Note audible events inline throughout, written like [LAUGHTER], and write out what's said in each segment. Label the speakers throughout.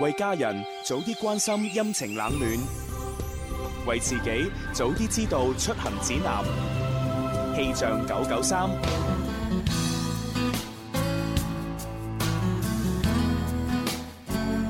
Speaker 1: 為家人早啲關心陰晴冷暖，為自己早啲知道出行指南。氣象九九三。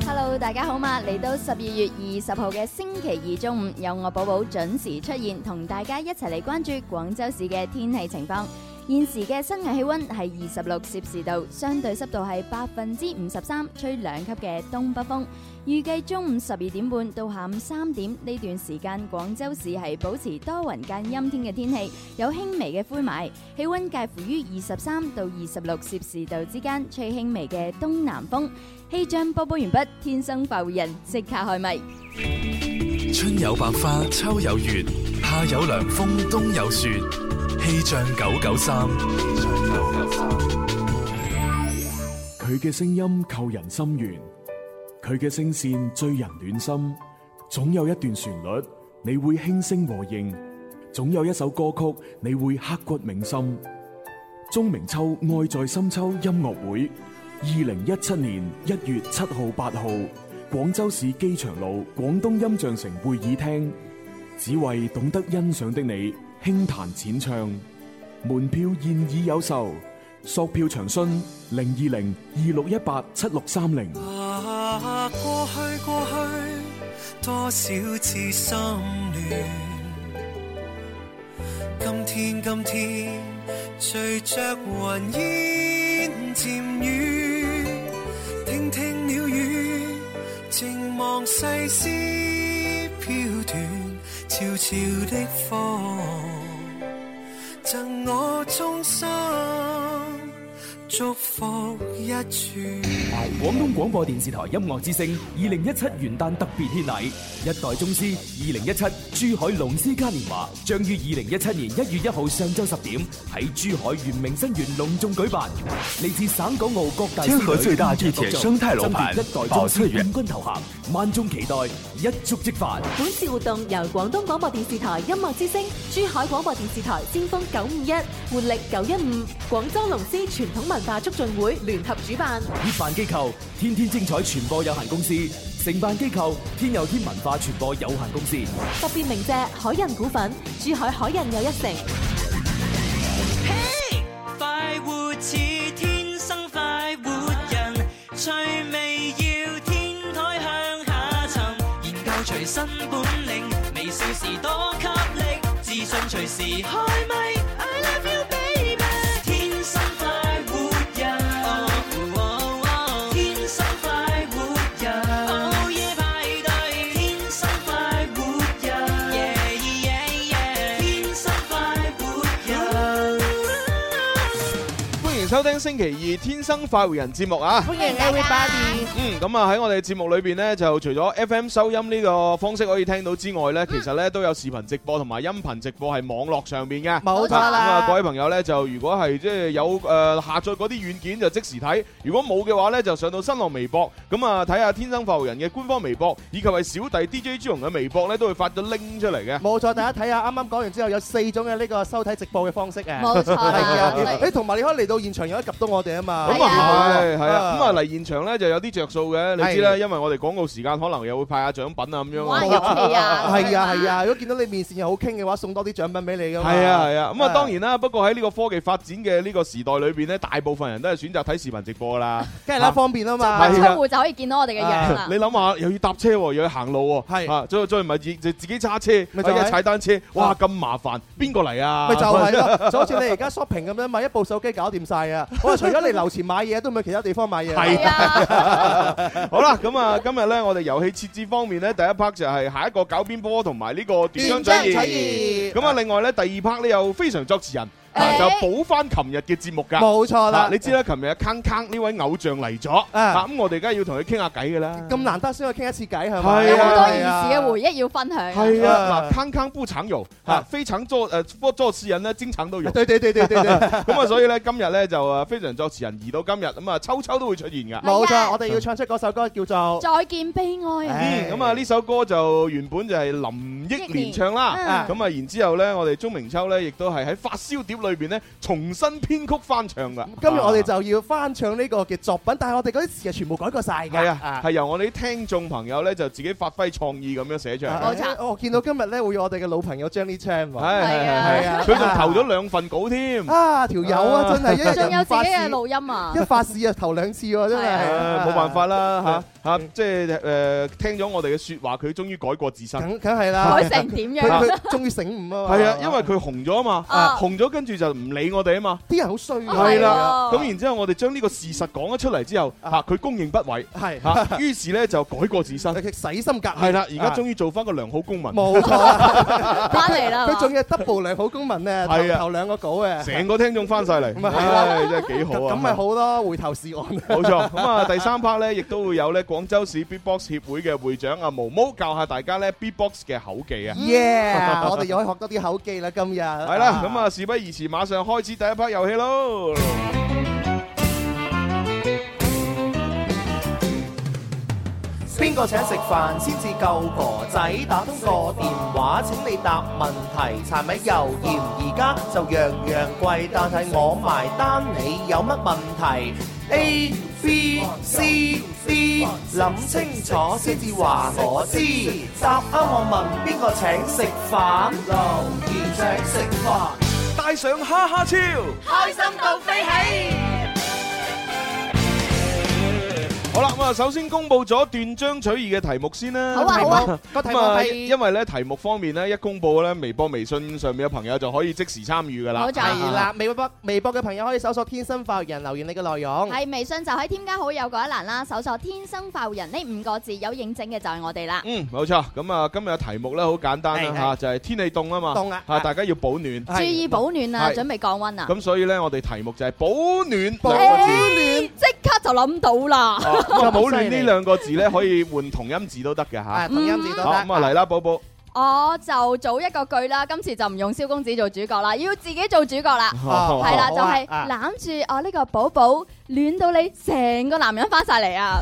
Speaker 2: Hello，大家好嘛！嚟到十二月二十號嘅星期二中午，有我寶寶準時出現，同大家一齊嚟關注廣州市嘅天氣情況。現時嘅室外氣温係二十六攝氏度，相對濕度係百分之五十三，吹兩級嘅東北風。預計中午十二點半到下午三點呢段時間，廣州市係保持多雲間陰天嘅天氣，有輕微嘅灰霾，氣温介乎於二十三到二十六攝氏度之間，吹輕微嘅東南風。氣象播報完畢，天生快活人即刻開咪。
Speaker 3: 春有百花，秋有月，夏有涼風，冬有雪。氣象九九三，
Speaker 4: 佢嘅聲音扣人心弦，佢嘅聲線醉人暖心。總有一段旋律你會輕聲和應，總有一首歌曲你會刻骨銘心。鍾明秋愛在深秋音樂會，二零一七年一月七號、八號，廣州市機場路廣東音像城會議廳，只為懂得欣賞的你輕彈淺唱。門票現已有售，索票詳詢零二零二六一八七六三零。
Speaker 5: 啊，過去過去，多少次心亂。今天今天，隨着雲煙漸遠，聽聽鳥語，靜望世事飄斷，悄悄的放，贈我衷心祝福一串。
Speaker 6: 廣東廣播電視台音樂之聲二零一七元旦特別獻禮，一代宗師二零一七珠海龍獅嘉年華將於二零一七年一月一號上晝十點喺珠海圓明新園隆重舉辦，嚟自省港澳各大
Speaker 7: 天河
Speaker 6: 獅隊
Speaker 7: 最大
Speaker 6: 競
Speaker 7: 地
Speaker 6: 逐
Speaker 7: 鐵
Speaker 6: 中
Speaker 7: 生態樓
Speaker 6: 爭奪
Speaker 7: 盤
Speaker 6: 一代宗
Speaker 7: 保
Speaker 6: 師
Speaker 7: 翠園
Speaker 6: 冠軍頭銜，萬眾期待，一觸即發。
Speaker 8: 本次活動由廣東廣播電視台音樂之聲、珠海廣播電視台先鋒九五一、活力九一五、廣州龍獅傳統文化促進會聯合主辦。
Speaker 6: 協辦機構天天精彩傳播有限公司，承辦機構天有天文化傳播有限公司。
Speaker 8: 特別鳴謝海印股份、珠海海印又一城。
Speaker 5: 快活似天生快活人，趣味要天台向下沉，研究隨身本領，微笑時多給力，自信隨時開咪。I love you baby，天生快活人，哦哦天生快活人，午夜派對，天生快活人，yeah yeah yeah，天生快活人。
Speaker 9: 欢迎收聽星期二《天生快活人》節目啊！
Speaker 10: 歡迎 everybody。
Speaker 9: 嗯，咁啊喺我哋節目裏邊呢，就除咗 FM 收音呢個方式可以聽到之外呢，其實呢都有視頻直播同埋音頻直播係網絡上邊嘅。
Speaker 10: 冇錯啦
Speaker 9: 咁啊，各位朋友呢，就如果係即係有誒下載嗰啲軟件就即時睇，如果冇嘅話呢，就上到新浪微博，咁啊睇下《天生快活人》嘅官方微博，以及係小弟 DJ 朱紅嘅微博呢，都會發咗 link 出嚟嘅。
Speaker 10: 冇錯，大家睇下啱啱講完之後，有四種嘅呢個收睇直播嘅方式啊！
Speaker 2: 冇錯啦
Speaker 10: 係啊
Speaker 2: 我！哋
Speaker 10: 誒，同埋你可以嚟到現場有得及到我哋啊嘛！
Speaker 9: 咁啊係係啊，咁啊
Speaker 10: 啊
Speaker 9: 嚟現場咧就有啲着數嘅，你知啦，
Speaker 10: 係
Speaker 9: 因為我哋廣告時間可能又會派下獎品啊咁樣
Speaker 2: 玩
Speaker 9: 啊。
Speaker 2: 遊戲啊，
Speaker 10: 係啊係啊！如果見到你面善又好傾嘅話，送多啲獎品俾你噶嘛！
Speaker 9: 係啊係啊，咁啊
Speaker 10: 啊
Speaker 9: 當然啦，不過喺呢個科技發展嘅呢個時代裏邊咧，大部分人都係選擇睇視頻直播㗎啦。
Speaker 10: [LAUGHS] 梗係啦，方便啊嘛！
Speaker 9: 係啊
Speaker 2: 出户就可以見到我哋嘅樣啦
Speaker 9: 你。諗下，又要搭車喎，又要行路喎，
Speaker 10: 係
Speaker 9: 啊，再再唔係自自自己揸車，
Speaker 10: 咪就係
Speaker 9: 或者踩單車，哇
Speaker 10: 啊
Speaker 9: 咁麻煩，邊個嚟啊？
Speaker 10: 咪就係
Speaker 9: [LAUGHS]
Speaker 10: 咯，就好似你而家 shopping 咁樣，買一部手機搞掂晒啊！我話除咗你樓前買嘢，都唔去其他地方買嘢。
Speaker 9: 係
Speaker 2: 係啊，
Speaker 9: [LAUGHS] 好啦，咁啊，今日咧我哋遊戲設置方面咧，第一 part 就係下一個搞邊波同埋呢個斷章取
Speaker 10: 斷章取
Speaker 9: 義。
Speaker 10: 義
Speaker 9: 咁啊，另外咧第二 part 咧有非常作詞人，啊
Speaker 2: 誒
Speaker 9: 就補翻琴日嘅節目㗎。
Speaker 10: 冇錯
Speaker 9: 嗱，
Speaker 10: 啦
Speaker 9: 你！知啦，琴日坑坑呢位偶像嚟咗，
Speaker 10: 啊
Speaker 9: 啊咁我哋梗係要同佢傾下偈㗎啦。
Speaker 10: 咁難得先去傾一次偈係
Speaker 9: 係啊
Speaker 10: 咪？
Speaker 2: 有好多兒
Speaker 10: 係啊
Speaker 2: 時嘅回憶要分享。
Speaker 9: 係啊，
Speaker 10: 啊
Speaker 9: 嗱，坑坑不常有，嚇
Speaker 10: 啊
Speaker 9: 非常作誒不作詞人咧，經常都有。
Speaker 10: 對對對對對對。
Speaker 9: [LAUGHS] 咁啊，所以咧今日咧就誒非常作詞人移到今日，咁啊秋秋都會出現㗎。
Speaker 10: 冇
Speaker 2: 係啊
Speaker 10: 錯，我哋要唱出嗰首歌叫做
Speaker 2: 再見悲哀啊！
Speaker 10: 唉
Speaker 9: 嗯，咁啊呢首歌就原本就係林憶蓮唱啦，
Speaker 2: 嗯
Speaker 9: 咁啊然之後咧，我哋鐘明秋咧亦都係喺發燒碟裏邊咧重新編曲翻唱噶。
Speaker 10: 今日我哋
Speaker 9: 啊
Speaker 10: 就要翻唱呢個嘅作品，但係我哋嗰啲詞係全部改過晒㗎。
Speaker 9: 係啊，係由我哋啲聽眾朋友咧就自己發揮創意咁樣寫出嚟。
Speaker 2: 冇錯
Speaker 10: 啊我見到今日咧會有我哋嘅老朋友 Jenny Chan 喎。
Speaker 9: 係
Speaker 2: 係啊
Speaker 9: 係
Speaker 10: 係啊
Speaker 9: 佢仲投咗兩份稿添。
Speaker 10: 啊，條友啊，真
Speaker 9: [LAUGHS]
Speaker 10: 係一
Speaker 2: 仲有
Speaker 10: 人
Speaker 2: 自
Speaker 10: 發
Speaker 2: 己嘅
Speaker 10: 事，
Speaker 2: 錄音啊
Speaker 10: 一！發事啊頭兩次喎，真係
Speaker 2: 係
Speaker 9: 誒
Speaker 2: 啊
Speaker 9: 冇辦法啦嚇嚇，即係誒聽咗我哋嘅説話，佢終於改過自身。
Speaker 10: 梗梗係啦，
Speaker 2: 改成點
Speaker 10: 佢
Speaker 2: 樣？
Speaker 10: 佢終於醒悟啊嘛。
Speaker 9: 係
Speaker 10: [LAUGHS]
Speaker 9: 啊，因為佢紅咗啊嘛
Speaker 2: 啊，
Speaker 9: 紅咗跟住就唔理我哋啊嘛。
Speaker 10: 啲人好衰㗎
Speaker 2: 係
Speaker 9: 係啦，
Speaker 2: 啊
Speaker 9: 咁然之後我哋將呢個事實講咗出嚟之後，
Speaker 10: 哎啊
Speaker 9: 嚇佢公認不諱，
Speaker 10: 係
Speaker 9: 嚇於是咧就改過自身。
Speaker 10: 佢洗心革面
Speaker 9: 係啦，而家終於做翻個良好公民，
Speaker 10: 啊冇錯啊，
Speaker 2: 翻嚟啦！
Speaker 10: 佢仲要 double 良好公民咧，頭
Speaker 9: 係啊
Speaker 10: 頭兩個稿
Speaker 9: [LAUGHS]
Speaker 10: 嘅，
Speaker 9: 成個聽眾翻晒嚟，
Speaker 10: 咪係
Speaker 9: 唉，真係幾好啊！
Speaker 10: 啊咁咪好咯，回頭是岸。
Speaker 9: 冇錯，咁啊第三 part 咧，亦都會有咧廣州市 Beatbox 協會嘅會長啊阿毛毛教下大家咧 Beatbox 嘅口技啊！
Speaker 10: [LAUGHS] Yeah，我哋
Speaker 9: [LAUGHS]
Speaker 10: 又可以學多啲口技啦，今日。
Speaker 9: 係
Speaker 10: 係
Speaker 9: 啦，咁啊事不宜遲，馬上開始第一 part 遊戲咯。
Speaker 7: 邊個請食飯先至夠哥仔？打通個電話請你答問題，柴米油鹽而家就樣樣貴，但係我埋單，你有乜問題？A B C D，諗清楚先至話我知。答啱我問邊個請食飯？留言請食飯。
Speaker 9: 帶上哈哈超，好啦，咁啊首先公布咗斷章取義嘅題目先啦。
Speaker 2: 好啊好啊
Speaker 10: 個題目
Speaker 9: 咁啊，
Speaker 10: 係
Speaker 9: 因為咧題目方面咧，一公布咧，微博、微信上面嘅朋友就可以即時參與噶啦啊
Speaker 2: 冇。錯
Speaker 10: 係啦，微博微博嘅朋友可以搜索天生發育人留言你嘅內容。
Speaker 2: 係啊微信就喺添加好友嗰一欄啦，搜索天生快活人呢五個字有認證嘅就係我哋啦。
Speaker 9: 嗯，冇錯。咁啊，今日嘅題目咧好簡單啦
Speaker 10: 係係
Speaker 9: 嚇，就係天氣凍啊嘛，
Speaker 10: 凍啊
Speaker 9: 嚇大家要保暖。
Speaker 10: 係
Speaker 2: 注意保暖啊，
Speaker 9: 係
Speaker 2: 準備降温啊！
Speaker 9: 咁所以咧，我哋題目就係保暖
Speaker 10: 保
Speaker 9: 兩個字。
Speaker 10: 暖
Speaker 2: 哎即刻就諗到啦，
Speaker 9: 啊咁
Speaker 10: [LAUGHS]
Speaker 9: 啊，
Speaker 10: 咁犀利
Speaker 9: 保暖呢兩個字咧，可以換同音字都得嘅
Speaker 10: 啊，
Speaker 9: 嚇。
Speaker 10: 同音字都
Speaker 9: 好咁啊，
Speaker 10: 得。
Speaker 9: 嚟啦，寶寶。
Speaker 2: 我就做一個句啦，今次就唔用蕭公子做主角啦，要自己做主角啦。
Speaker 10: 哦
Speaker 2: 係啦，
Speaker 10: 好
Speaker 2: 就
Speaker 10: 啊
Speaker 2: 係
Speaker 10: 啊
Speaker 2: 攬住我呢個寶寶，暖到你成個男人翻晒嚟啊！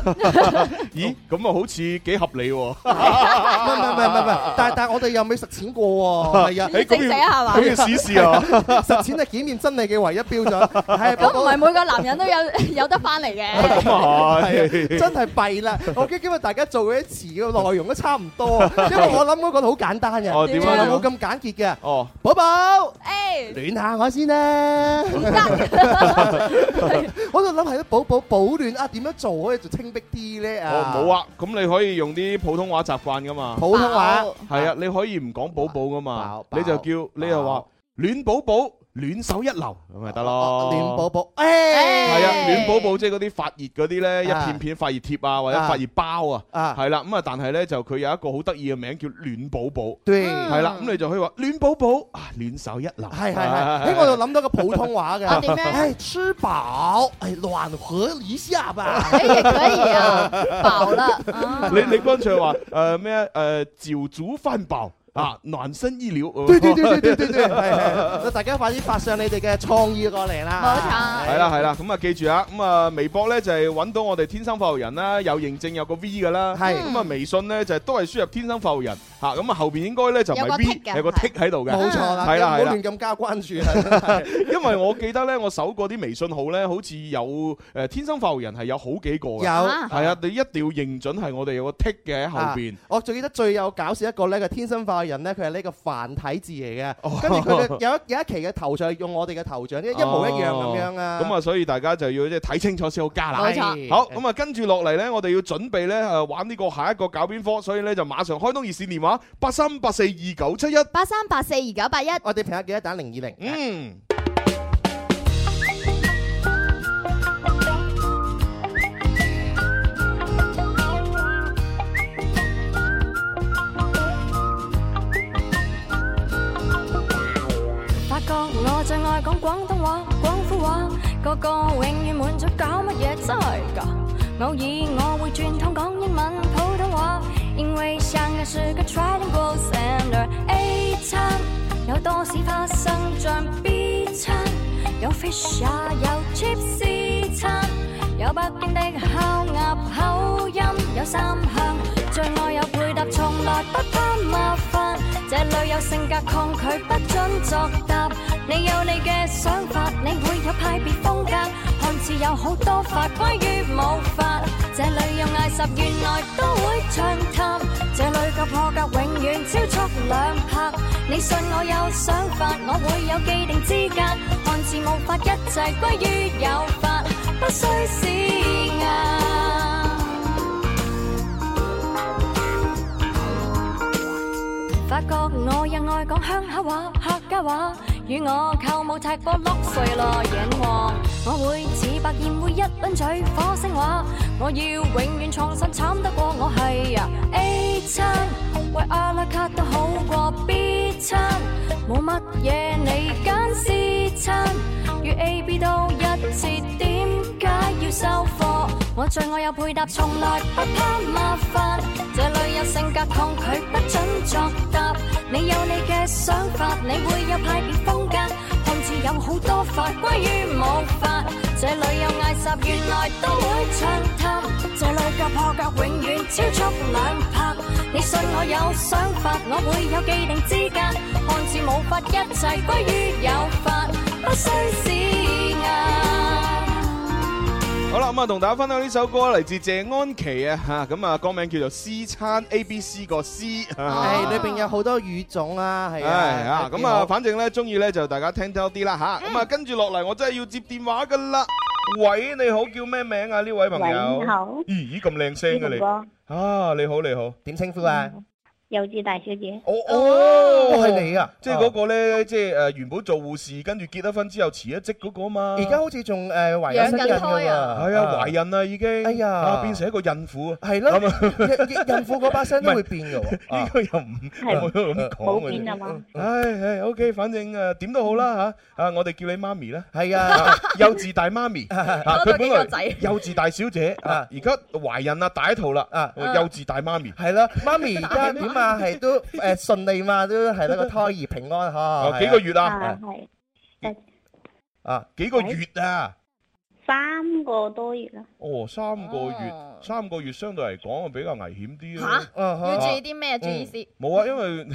Speaker 9: 咦，咁啊，好似幾合理喎。
Speaker 10: 唔係唔係唔係唔
Speaker 2: [LAUGHS]
Speaker 10: 係，但係但係我哋又未實踐過喎。係啊，
Speaker 9: 誒
Speaker 2: 正死啊係
Speaker 10: [LAUGHS]
Speaker 2: 嘛
Speaker 9: 咁要試試
Speaker 2: [LAUGHS]
Speaker 9: 啊！
Speaker 10: 實踐係檢驗真理嘅唯一標準。 [LAUGHS] 係
Speaker 2: 咁唔
Speaker 10: 寶寶
Speaker 2: 係每個男人都有
Speaker 10: [LAUGHS]
Speaker 2: 有得翻嚟嘅。
Speaker 9: 咁啊係
Speaker 10: 真係弊啦！我驚今日大家做嗰啲詞嘅內容都差唔多，
Speaker 9: [LAUGHS]
Speaker 10: 因為我諗嗰個好簡單嘅，
Speaker 9: 哦
Speaker 10: 我
Speaker 9: 點
Speaker 2: 啊
Speaker 10: 冇咁簡潔嘅。
Speaker 9: 哦，
Speaker 10: 寶寶，
Speaker 2: 誒，
Speaker 10: 暖下我先啦。 [LAUGHS] 我喺度諗係啲寶寶保暖啊，點樣做可以做清碧啲咧
Speaker 9: 哦
Speaker 10: 啊？
Speaker 9: 冇啊，咁你可以用啲普通話習慣噶嘛。
Speaker 10: 普通話
Speaker 2: 飽
Speaker 9: 係啊，你可以唔講寶寶噶嘛
Speaker 10: 飽，飽
Speaker 9: 你就叫你又話暖寶寶，暖手一流咁咪得咯。
Speaker 10: 哦暖寶寶，誒
Speaker 2: 哎
Speaker 9: 係啊，暖寶寶即係嗰啲發熱嗰啲咧，一片片發熱貼啊，或者發熱包啊，
Speaker 10: 啊，
Speaker 9: 係啦。咁啊，但係咧就佢有一個好得意嘅名叫暖寶寶，
Speaker 10: 對，
Speaker 2: 嗯
Speaker 9: 係啦。咁你就可以話暖寶寶啊，暖手一流。啊
Speaker 10: 係係係，喺哎我度諗到個普通
Speaker 2: [LAUGHS]
Speaker 10: 話
Speaker 2: 我
Speaker 10: 嘅。
Speaker 2: 哦點樣？
Speaker 10: 誒，吃飽，誒，暖和一下吧。
Speaker 2: 誒，亦哎可以啊，飽啦。啊
Speaker 9: 你你乾脆話誒咩誒朝煮飯飽啊，暖身醫療。
Speaker 10: 對對對對對 [LAUGHS] 對對，係係係大家快啲發上你哋嘅創意過嚟啦！
Speaker 2: 冇錯
Speaker 9: 係啦係啦，咁啊記住啊，咁啊微博咧就係揾到我哋天生發育人啦，有認證有個 V 噶啦，
Speaker 10: 係
Speaker 9: 咁啊微信咧就係都係輸入天生發育人吓，咁啊後邊應該咧就唔
Speaker 2: 有個
Speaker 9: 係
Speaker 2: tick 嘅啊
Speaker 9: V，有個
Speaker 2: 係
Speaker 9: tick 喺度嘅，
Speaker 10: 冇錯啦，
Speaker 9: 係啦係
Speaker 10: 唔好
Speaker 9: 啦 [LAUGHS]
Speaker 10: 亂，咁加關注啦。
Speaker 9: 因為我記得咧我搜過啲微信號咧，好似有誒天生發育人係有好幾個嘅，
Speaker 10: 有
Speaker 2: 啊
Speaker 9: 係啊，你一定要認準係我哋有個 tick 嘅喺後
Speaker 10: 啊 [LAUGHS]
Speaker 9: 邊，
Speaker 10: 我最記得最有搞笑一個咧，佢天生化人咧，佢係呢個繁體字嚟
Speaker 9: 哦
Speaker 10: 嘅，跟住佢嘅有一有一期嘅頭像係用我哋嘅頭像，一一模一樣咁樣啊。
Speaker 9: 哦咁啊所以大家就要即係睇清楚先好加啦。
Speaker 2: 冇
Speaker 10: 係
Speaker 2: 錯
Speaker 9: 好，咁啊，跟住落嚟呢，我哋要準備呢，誒玩呢個下一個搞邊科，所以呢，就馬上開通熱線電話八三八四二九七一。
Speaker 2: 八三八四二九八一，
Speaker 10: 我哋平日記得打零二零。
Speaker 9: 嗯，
Speaker 11: 發覺我最愛講廣東話、廣府話，個個永遠滿足搞乜嘢真係㗎。偶爾我會轉通講英文、普通話，因為上嘅是個 trilingual sender。A 餐有多士花生醬，B 餐有 fish 也有 chips，C 餐有北京的烤鴨口音，有三香。最愛有配搭，從來不怕麻煩。這女友性格抗拒，不准作答。你有你嘅想法，你會有派別風格，看似有好多法歸於無法。這裏有嗌十，原來都會暢談。這裏嘅破格永遠超速兩拍。你信我有想法，我會有既定資格，看似無法一切歸於有法，不需施壓。發覺我也愛講鄉下話、客家話，與我舅母踢波碌碎咯影喎。我會似白燕會一輪嘴火星話，我要永遠創新，慘得過我係啊 A 餐，喂阿拉卡都好過 B 餐，冇乜嘢你揀 C 餐，與 A、B 都一致，點解要收貨？我最愛有配搭，從來不怕麻煩。這裏有性格抗拒，不准作答。你有你嘅想法，你會有派別風格，看似有好多法歸於無法。這裏有嗌霎，原來都會暢談。這裏嘅破格永遠超速兩拍。你信我有想法，我會有既定資格，看似無法一切歸於有法，不需施壓。
Speaker 9: 好啦，咁啊，同大家分享呢首歌嚟自謝安琪啊，吓咁啊，歌名叫做《C 餐 A B C 個 C》。
Speaker 10: 係裏邊有好多語種啦，係
Speaker 9: 系
Speaker 10: 啊
Speaker 9: 啊，，
Speaker 10: 幾
Speaker 9: 咁
Speaker 10: 好
Speaker 9: 啊，反正咧中意咧就大家聽多啲啦吓，咁啊跟住落嚟我真係要接電話噶啦。喂，你好，叫咩名啊？呢位朋友。
Speaker 12: 喂你好
Speaker 9: 咦咦咁靚聲嘅
Speaker 12: 呢
Speaker 9: 你
Speaker 12: 個歌。
Speaker 9: 啊，你好你好。
Speaker 10: 點稱呼啊？
Speaker 12: 幼稚大小姐。
Speaker 9: 哦哦
Speaker 10: 哦係你啊
Speaker 9: 即係嗰個咧，即係誒原本做護士，跟住結咗婚之後辭咗職嗰個啊嘛。
Speaker 10: 而家好似仲誒懷有身孕㗎喎
Speaker 9: 係啊，懷孕啦已經。
Speaker 10: 哎呀
Speaker 9: 啊變成一個孕婦啊。
Speaker 10: 係咯，
Speaker 9: 咁啊
Speaker 10: 孕 [LAUGHS] 孕孕婦嗰把聲都
Speaker 9: [LAUGHS]
Speaker 10: 會變嘅喎。
Speaker 9: 呢個又唔我都咁講
Speaker 10: 冇
Speaker 9: 嘅
Speaker 10: 變
Speaker 9: 啫
Speaker 10: 啊嘛
Speaker 9: 唉唉，OK，反正誒點都好啦嚇，啊我哋叫你媽咪啦。
Speaker 10: 係啊，
Speaker 9: [LAUGHS] 幼稚大媽
Speaker 10: [LAUGHS]
Speaker 9: 咪，啊
Speaker 10: 多
Speaker 9: 佢
Speaker 10: 咗幾
Speaker 9: 本
Speaker 10: 個
Speaker 9: 來
Speaker 10: 仔
Speaker 9: 幼稚大小姐啊，而家懷孕啦，大一套啦，啊幼稚大媽咪。
Speaker 10: 係啦，媽
Speaker 9: 嗯
Speaker 10: 咪而家點啊？係都誒順利嘛，都係啦，個胎兒平安
Speaker 9: 啊
Speaker 10: 嚇。
Speaker 9: 幾個月
Speaker 12: 啊
Speaker 9: 啊？
Speaker 12: 係
Speaker 9: [LAUGHS] 啊幾個月啊？
Speaker 12: 三個多月啦。
Speaker 9: 哦，三個月，
Speaker 13: 啊
Speaker 9: 三個月相對嚟講比較危險啲啊。
Speaker 13: 嚇要注意啲咩
Speaker 9: 嗯
Speaker 13: 注意事？
Speaker 9: 冇啊，因為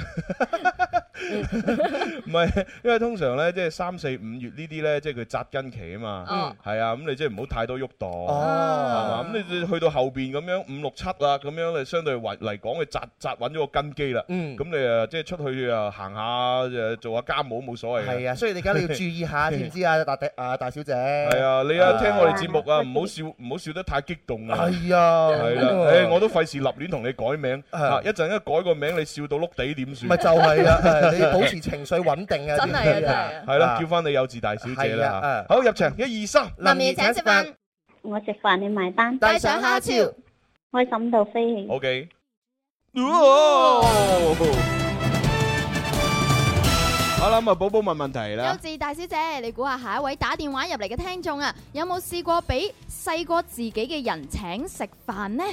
Speaker 9: [LAUGHS] 唔係，因為通常咧，即係三四五月呢啲咧，即係佢扎根期啊嘛
Speaker 13: 嗯，
Speaker 9: 係啊，咁你即係唔好太多喐盪，係
Speaker 10: 哦
Speaker 13: 啊
Speaker 9: 嘛？咁你去到後邊咁樣五六七啦，咁樣你相對嚟嚟講，佢扎扎穩咗個根基啦，
Speaker 10: 嗯
Speaker 9: 咁你啊即係出去啊行下誒做下家務冇所謂嘅。
Speaker 10: 係啊，所以你而家你要注意
Speaker 9: [LAUGHS]
Speaker 10: 下，知唔知啊？大大啊大小姐。係
Speaker 9: 係啊，你啊聽我哋節目啊，唔好笑唔好笑得太激動啊！
Speaker 10: 係啊
Speaker 9: 係
Speaker 10: 真
Speaker 9: 啦，
Speaker 10: 係
Speaker 9: 誒我都費事立亂同你改名，啊一陣一改個名你笑到碌地點算？
Speaker 10: 咪就
Speaker 9: [LAUGHS]
Speaker 10: 係啊！係你要保持情緒穩定啊！
Speaker 13: 真係啊真係啊
Speaker 9: 係啦，叫翻你幼稚大小姐
Speaker 10: 係
Speaker 9: 啦
Speaker 10: 啊
Speaker 9: 嚇好入場，一二三，
Speaker 13: 林怡請食飯，
Speaker 12: 我食飯你埋單。
Speaker 13: 帶上蝦超，
Speaker 12: 開心到飛起。
Speaker 9: O K。好啦，咁啊，寶寶問問題
Speaker 2: 幼
Speaker 9: 啦。
Speaker 2: 稚大小姐，你估下下一位打電話入嚟嘅聽眾啊，有冇試過俾細過自己嘅人請食飯呢？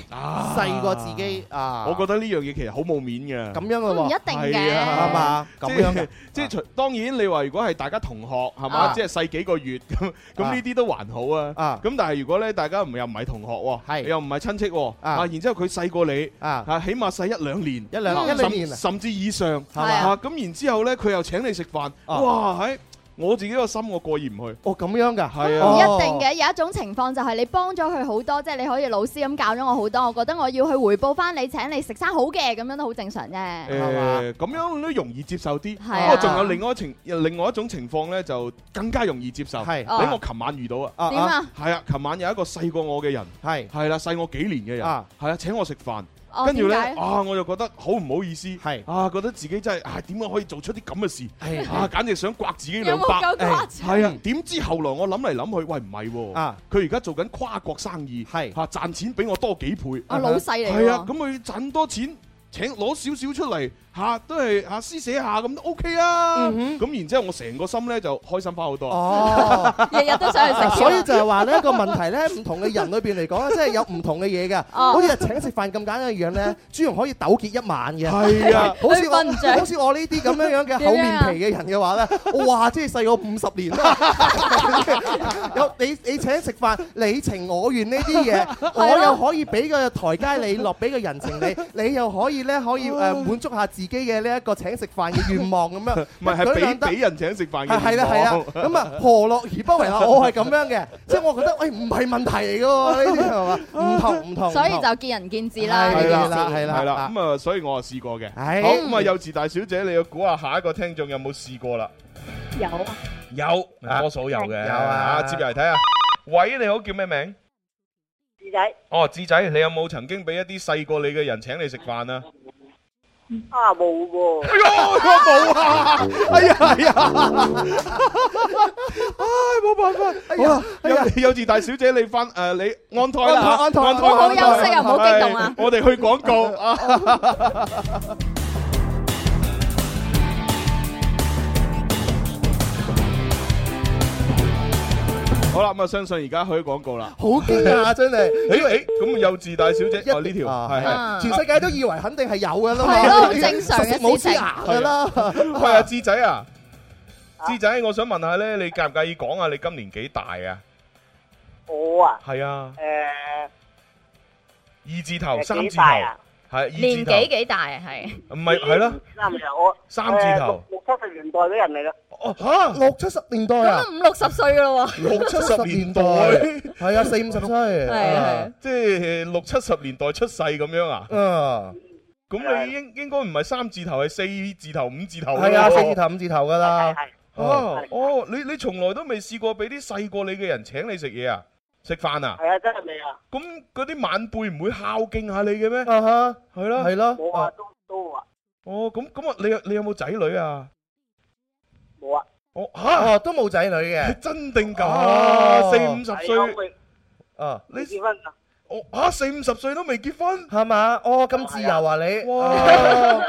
Speaker 10: 細過自己啊！
Speaker 9: 我覺得呢樣嘢其實好冇面嘅。
Speaker 10: 咁樣嘅
Speaker 2: 都唔
Speaker 10: 喎，
Speaker 2: 一定嘅
Speaker 9: 係啊
Speaker 10: 係嘛
Speaker 9: 即
Speaker 10: 咁
Speaker 9: 係
Speaker 10: 樣嘅
Speaker 9: 即係除當然你話如果係大家同學係嘛，
Speaker 10: 啊
Speaker 9: 即係細幾個月咁，咁
Speaker 10: 啊
Speaker 9: 呢啲都還好啊
Speaker 10: 啊。
Speaker 9: 咁但係如果咧大家唔又唔係同學喎，
Speaker 10: 係
Speaker 9: 又唔係親戚喎，
Speaker 10: 啊
Speaker 9: 啊然之後佢細過你
Speaker 10: 啊
Speaker 9: 啊，起碼細一兩年，
Speaker 10: 一兩
Speaker 9: 啊
Speaker 10: 一兩年
Speaker 9: 甚
Speaker 10: 啊
Speaker 9: 甚至以上
Speaker 10: 係嘛
Speaker 9: 啊。咁然之後咧佢又請你食飯，
Speaker 10: 啊
Speaker 9: 哇喺我自己個心我過意唔去。
Speaker 10: 哦咁樣㗎，
Speaker 9: 係
Speaker 2: 唔
Speaker 9: 啊
Speaker 10: 哦
Speaker 2: 一定嘅，有一種情況就係你幫咗佢好多，即係你可以老師咁教咗我好多，我覺得我要去回報翻你，請你食餐好嘅，咁樣都好正常啫。
Speaker 9: 誒呃咁樣都容易接受啲，不
Speaker 2: 係啊
Speaker 9: 過仲有另外一情，另外一種情況咧就更加容易接受。
Speaker 10: 係
Speaker 9: 俾我琴晚遇到啊，
Speaker 2: 哦點啊？
Speaker 9: 係啊，琴晚有一個細過我嘅人，
Speaker 10: 係
Speaker 9: 係啦，細我幾年嘅人，
Speaker 10: 啊
Speaker 9: 係啊，請我食飯
Speaker 2: 哦。
Speaker 9: 跟住咧，
Speaker 2: 點解
Speaker 9: 啊，我就覺得好唔好意思，
Speaker 10: 係
Speaker 9: 啊，覺得自己真係，啊，點解可以做出啲咁嘅事？
Speaker 10: 係
Speaker 9: 啊，簡直想刮自己
Speaker 2: 有
Speaker 9: 兩
Speaker 2: 冇
Speaker 9: 百。
Speaker 2: 夠
Speaker 10: 哎
Speaker 2: 誇張？
Speaker 9: 係啊， [LAUGHS] 點知後來我諗嚟諗去，喂唔係喎，
Speaker 10: 啊
Speaker 9: 佢而家做緊跨國生意，
Speaker 10: 係
Speaker 9: 嚇賺錢比我多幾倍，
Speaker 2: 我老細嚟喎
Speaker 9: 係啊，咁佢賺多錢。請攞少少出嚟嚇，都係嚇施捨下咁都 OK 啊！
Speaker 10: 嗯哼
Speaker 9: 咁然之後我成個心咧就開心翻好多。
Speaker 10: 哦。
Speaker 13: 日日都想去食
Speaker 10: 嗱
Speaker 13: 嘅。
Speaker 10: 所以就係話呢個問題呢，唔同嘅人裏邊
Speaker 13: [LAUGHS]
Speaker 10: 嚟講咧，啊真係有唔同嘅嘢㗎。
Speaker 13: 哦
Speaker 10: 好似請食飯咁簡單嘅樣呢，朱容可以糾結一晚嘅。
Speaker 9: 係啊，
Speaker 10: [LAUGHS] 好似
Speaker 13: 佢瞓唔
Speaker 10: 我
Speaker 13: 着
Speaker 10: 好似我呢啲咁樣樣嘅厚面皮嘅人
Speaker 13: [LAUGHS]
Speaker 10: 嘅話咧，哇！即係細我五十年啦。 [LAUGHS] 有你你請食飯，你情我願呢
Speaker 13: [LAUGHS]
Speaker 10: 啲嘢，
Speaker 13: [LAUGHS]
Speaker 10: 我又可以俾個台階你落，俾個人情你，你又可以咧可以誒滿足下自自己嘅呢一個請食飯嘅願望咁樣，
Speaker 9: [LAUGHS] 唔係係
Speaker 10: 舉
Speaker 9: 俾
Speaker 10: 兩得
Speaker 9: 俾人請食飯嘅
Speaker 10: 係係啦係啦，
Speaker 9: 願
Speaker 10: 咁
Speaker 9: 望
Speaker 10: 啊何
Speaker 9: [LAUGHS]
Speaker 10: 樂而不為啊？我係咁樣嘅，即係我覺得喂唔係問題嚟嘅喎，呢啲係嘛？唔同唔同。
Speaker 2: 所
Speaker 10: [LAUGHS]
Speaker 2: 以
Speaker 10: 唔同
Speaker 2: 就見仁見智啦。呢件事
Speaker 9: 係啦，係啦，咁啊，所以我啊試過嘅。
Speaker 10: 唉
Speaker 9: 好，咁啊，幼稚大小姐，你要估下下一個聽眾有冇試過啦？
Speaker 12: 有啊，
Speaker 9: 有，多數有嘅。
Speaker 10: 有啊
Speaker 9: 接入嚟睇下。喂，你好，叫咩名？
Speaker 12: 智仔
Speaker 9: 哦，智仔，你有冇曾經俾一啲細過你嘅人請你食飯啊？
Speaker 12: 啊冇喎，
Speaker 9: 哎呀冇啊，哎呀哎呀，
Speaker 10: 冇辦法，哎呀，
Speaker 9: 幼幼稚大小姐，你翻誒你安胎啦，
Speaker 10: 安胎安胎
Speaker 9: 安胎哎
Speaker 10: 好休息啊唔好激動啊
Speaker 9: 係我哋去廣告啊。好啦，咁啊，相信而家去廣告啦。哎
Speaker 10: 好驚訝真係。啊
Speaker 9: 誒誒，哎咁幼稚大小姐，哦呢條係係
Speaker 10: [LAUGHS] 全世界都以為肯定係有嘅啦嘛，
Speaker 9: 係咯
Speaker 10: 呢啲
Speaker 9: 正常嘅
Speaker 10: 實食冇
Speaker 9: 事情
Speaker 10: 黐牙嘅啦。
Speaker 9: 喂啊，志仔啊，志仔，我想問下咧，你介唔介意講下你今年幾大啊？
Speaker 14: 我啊，
Speaker 9: 係啊，
Speaker 14: 诶，
Speaker 9: 二字頭、
Speaker 14: 誒
Speaker 9: 三字
Speaker 14: 幾
Speaker 9: 頭，
Speaker 14: 大啊
Speaker 9: 係二字
Speaker 14: 年
Speaker 9: 頭
Speaker 14: 紀，幾大啊？係
Speaker 9: 唔係係咯，
Speaker 14: 三字頭，我
Speaker 9: 三字頭
Speaker 14: 誒六六七十年代嘅人嚟啦。
Speaker 9: 哦，
Speaker 10: 嚇 [LAUGHS] 六七十年代啊，
Speaker 14: 五六十歲咯喎。
Speaker 9: 六七十年代
Speaker 10: 係啊，四五十歲，係
Speaker 9: 啊，即係六七十年代出世咁樣啊？
Speaker 10: 啊，
Speaker 9: 咁你應應該唔係三字頭，係四字頭、五字頭㗎
Speaker 10: 係啊，
Speaker 9: 喎
Speaker 10: 四字頭五字頭噶啦，
Speaker 9: 哦哦，你你從來都未試過俾啲細過你嘅人請你食嘢啊？食飯啊？
Speaker 14: 係啊，真係未啊？
Speaker 9: 咁嗰啲晚輩唔會孝敬下你嘅咩？
Speaker 10: 啊哈，
Speaker 9: 係咯，
Speaker 10: 係咯
Speaker 14: 冇啊，都都啊，
Speaker 9: 哦，咁咁啊，你有你有冇仔女啊？
Speaker 14: 冇啊。
Speaker 9: 我
Speaker 10: 哦都冇仔女嘅，
Speaker 9: [LAUGHS] 真定假？四五十歲
Speaker 14: 歲
Speaker 10: 啊，
Speaker 9: 你
Speaker 14: 結婚啊？
Speaker 9: 我嚇四五十歲都未結婚，
Speaker 10: 係嘛？哦，咁自由啊你，
Speaker 9: 哇，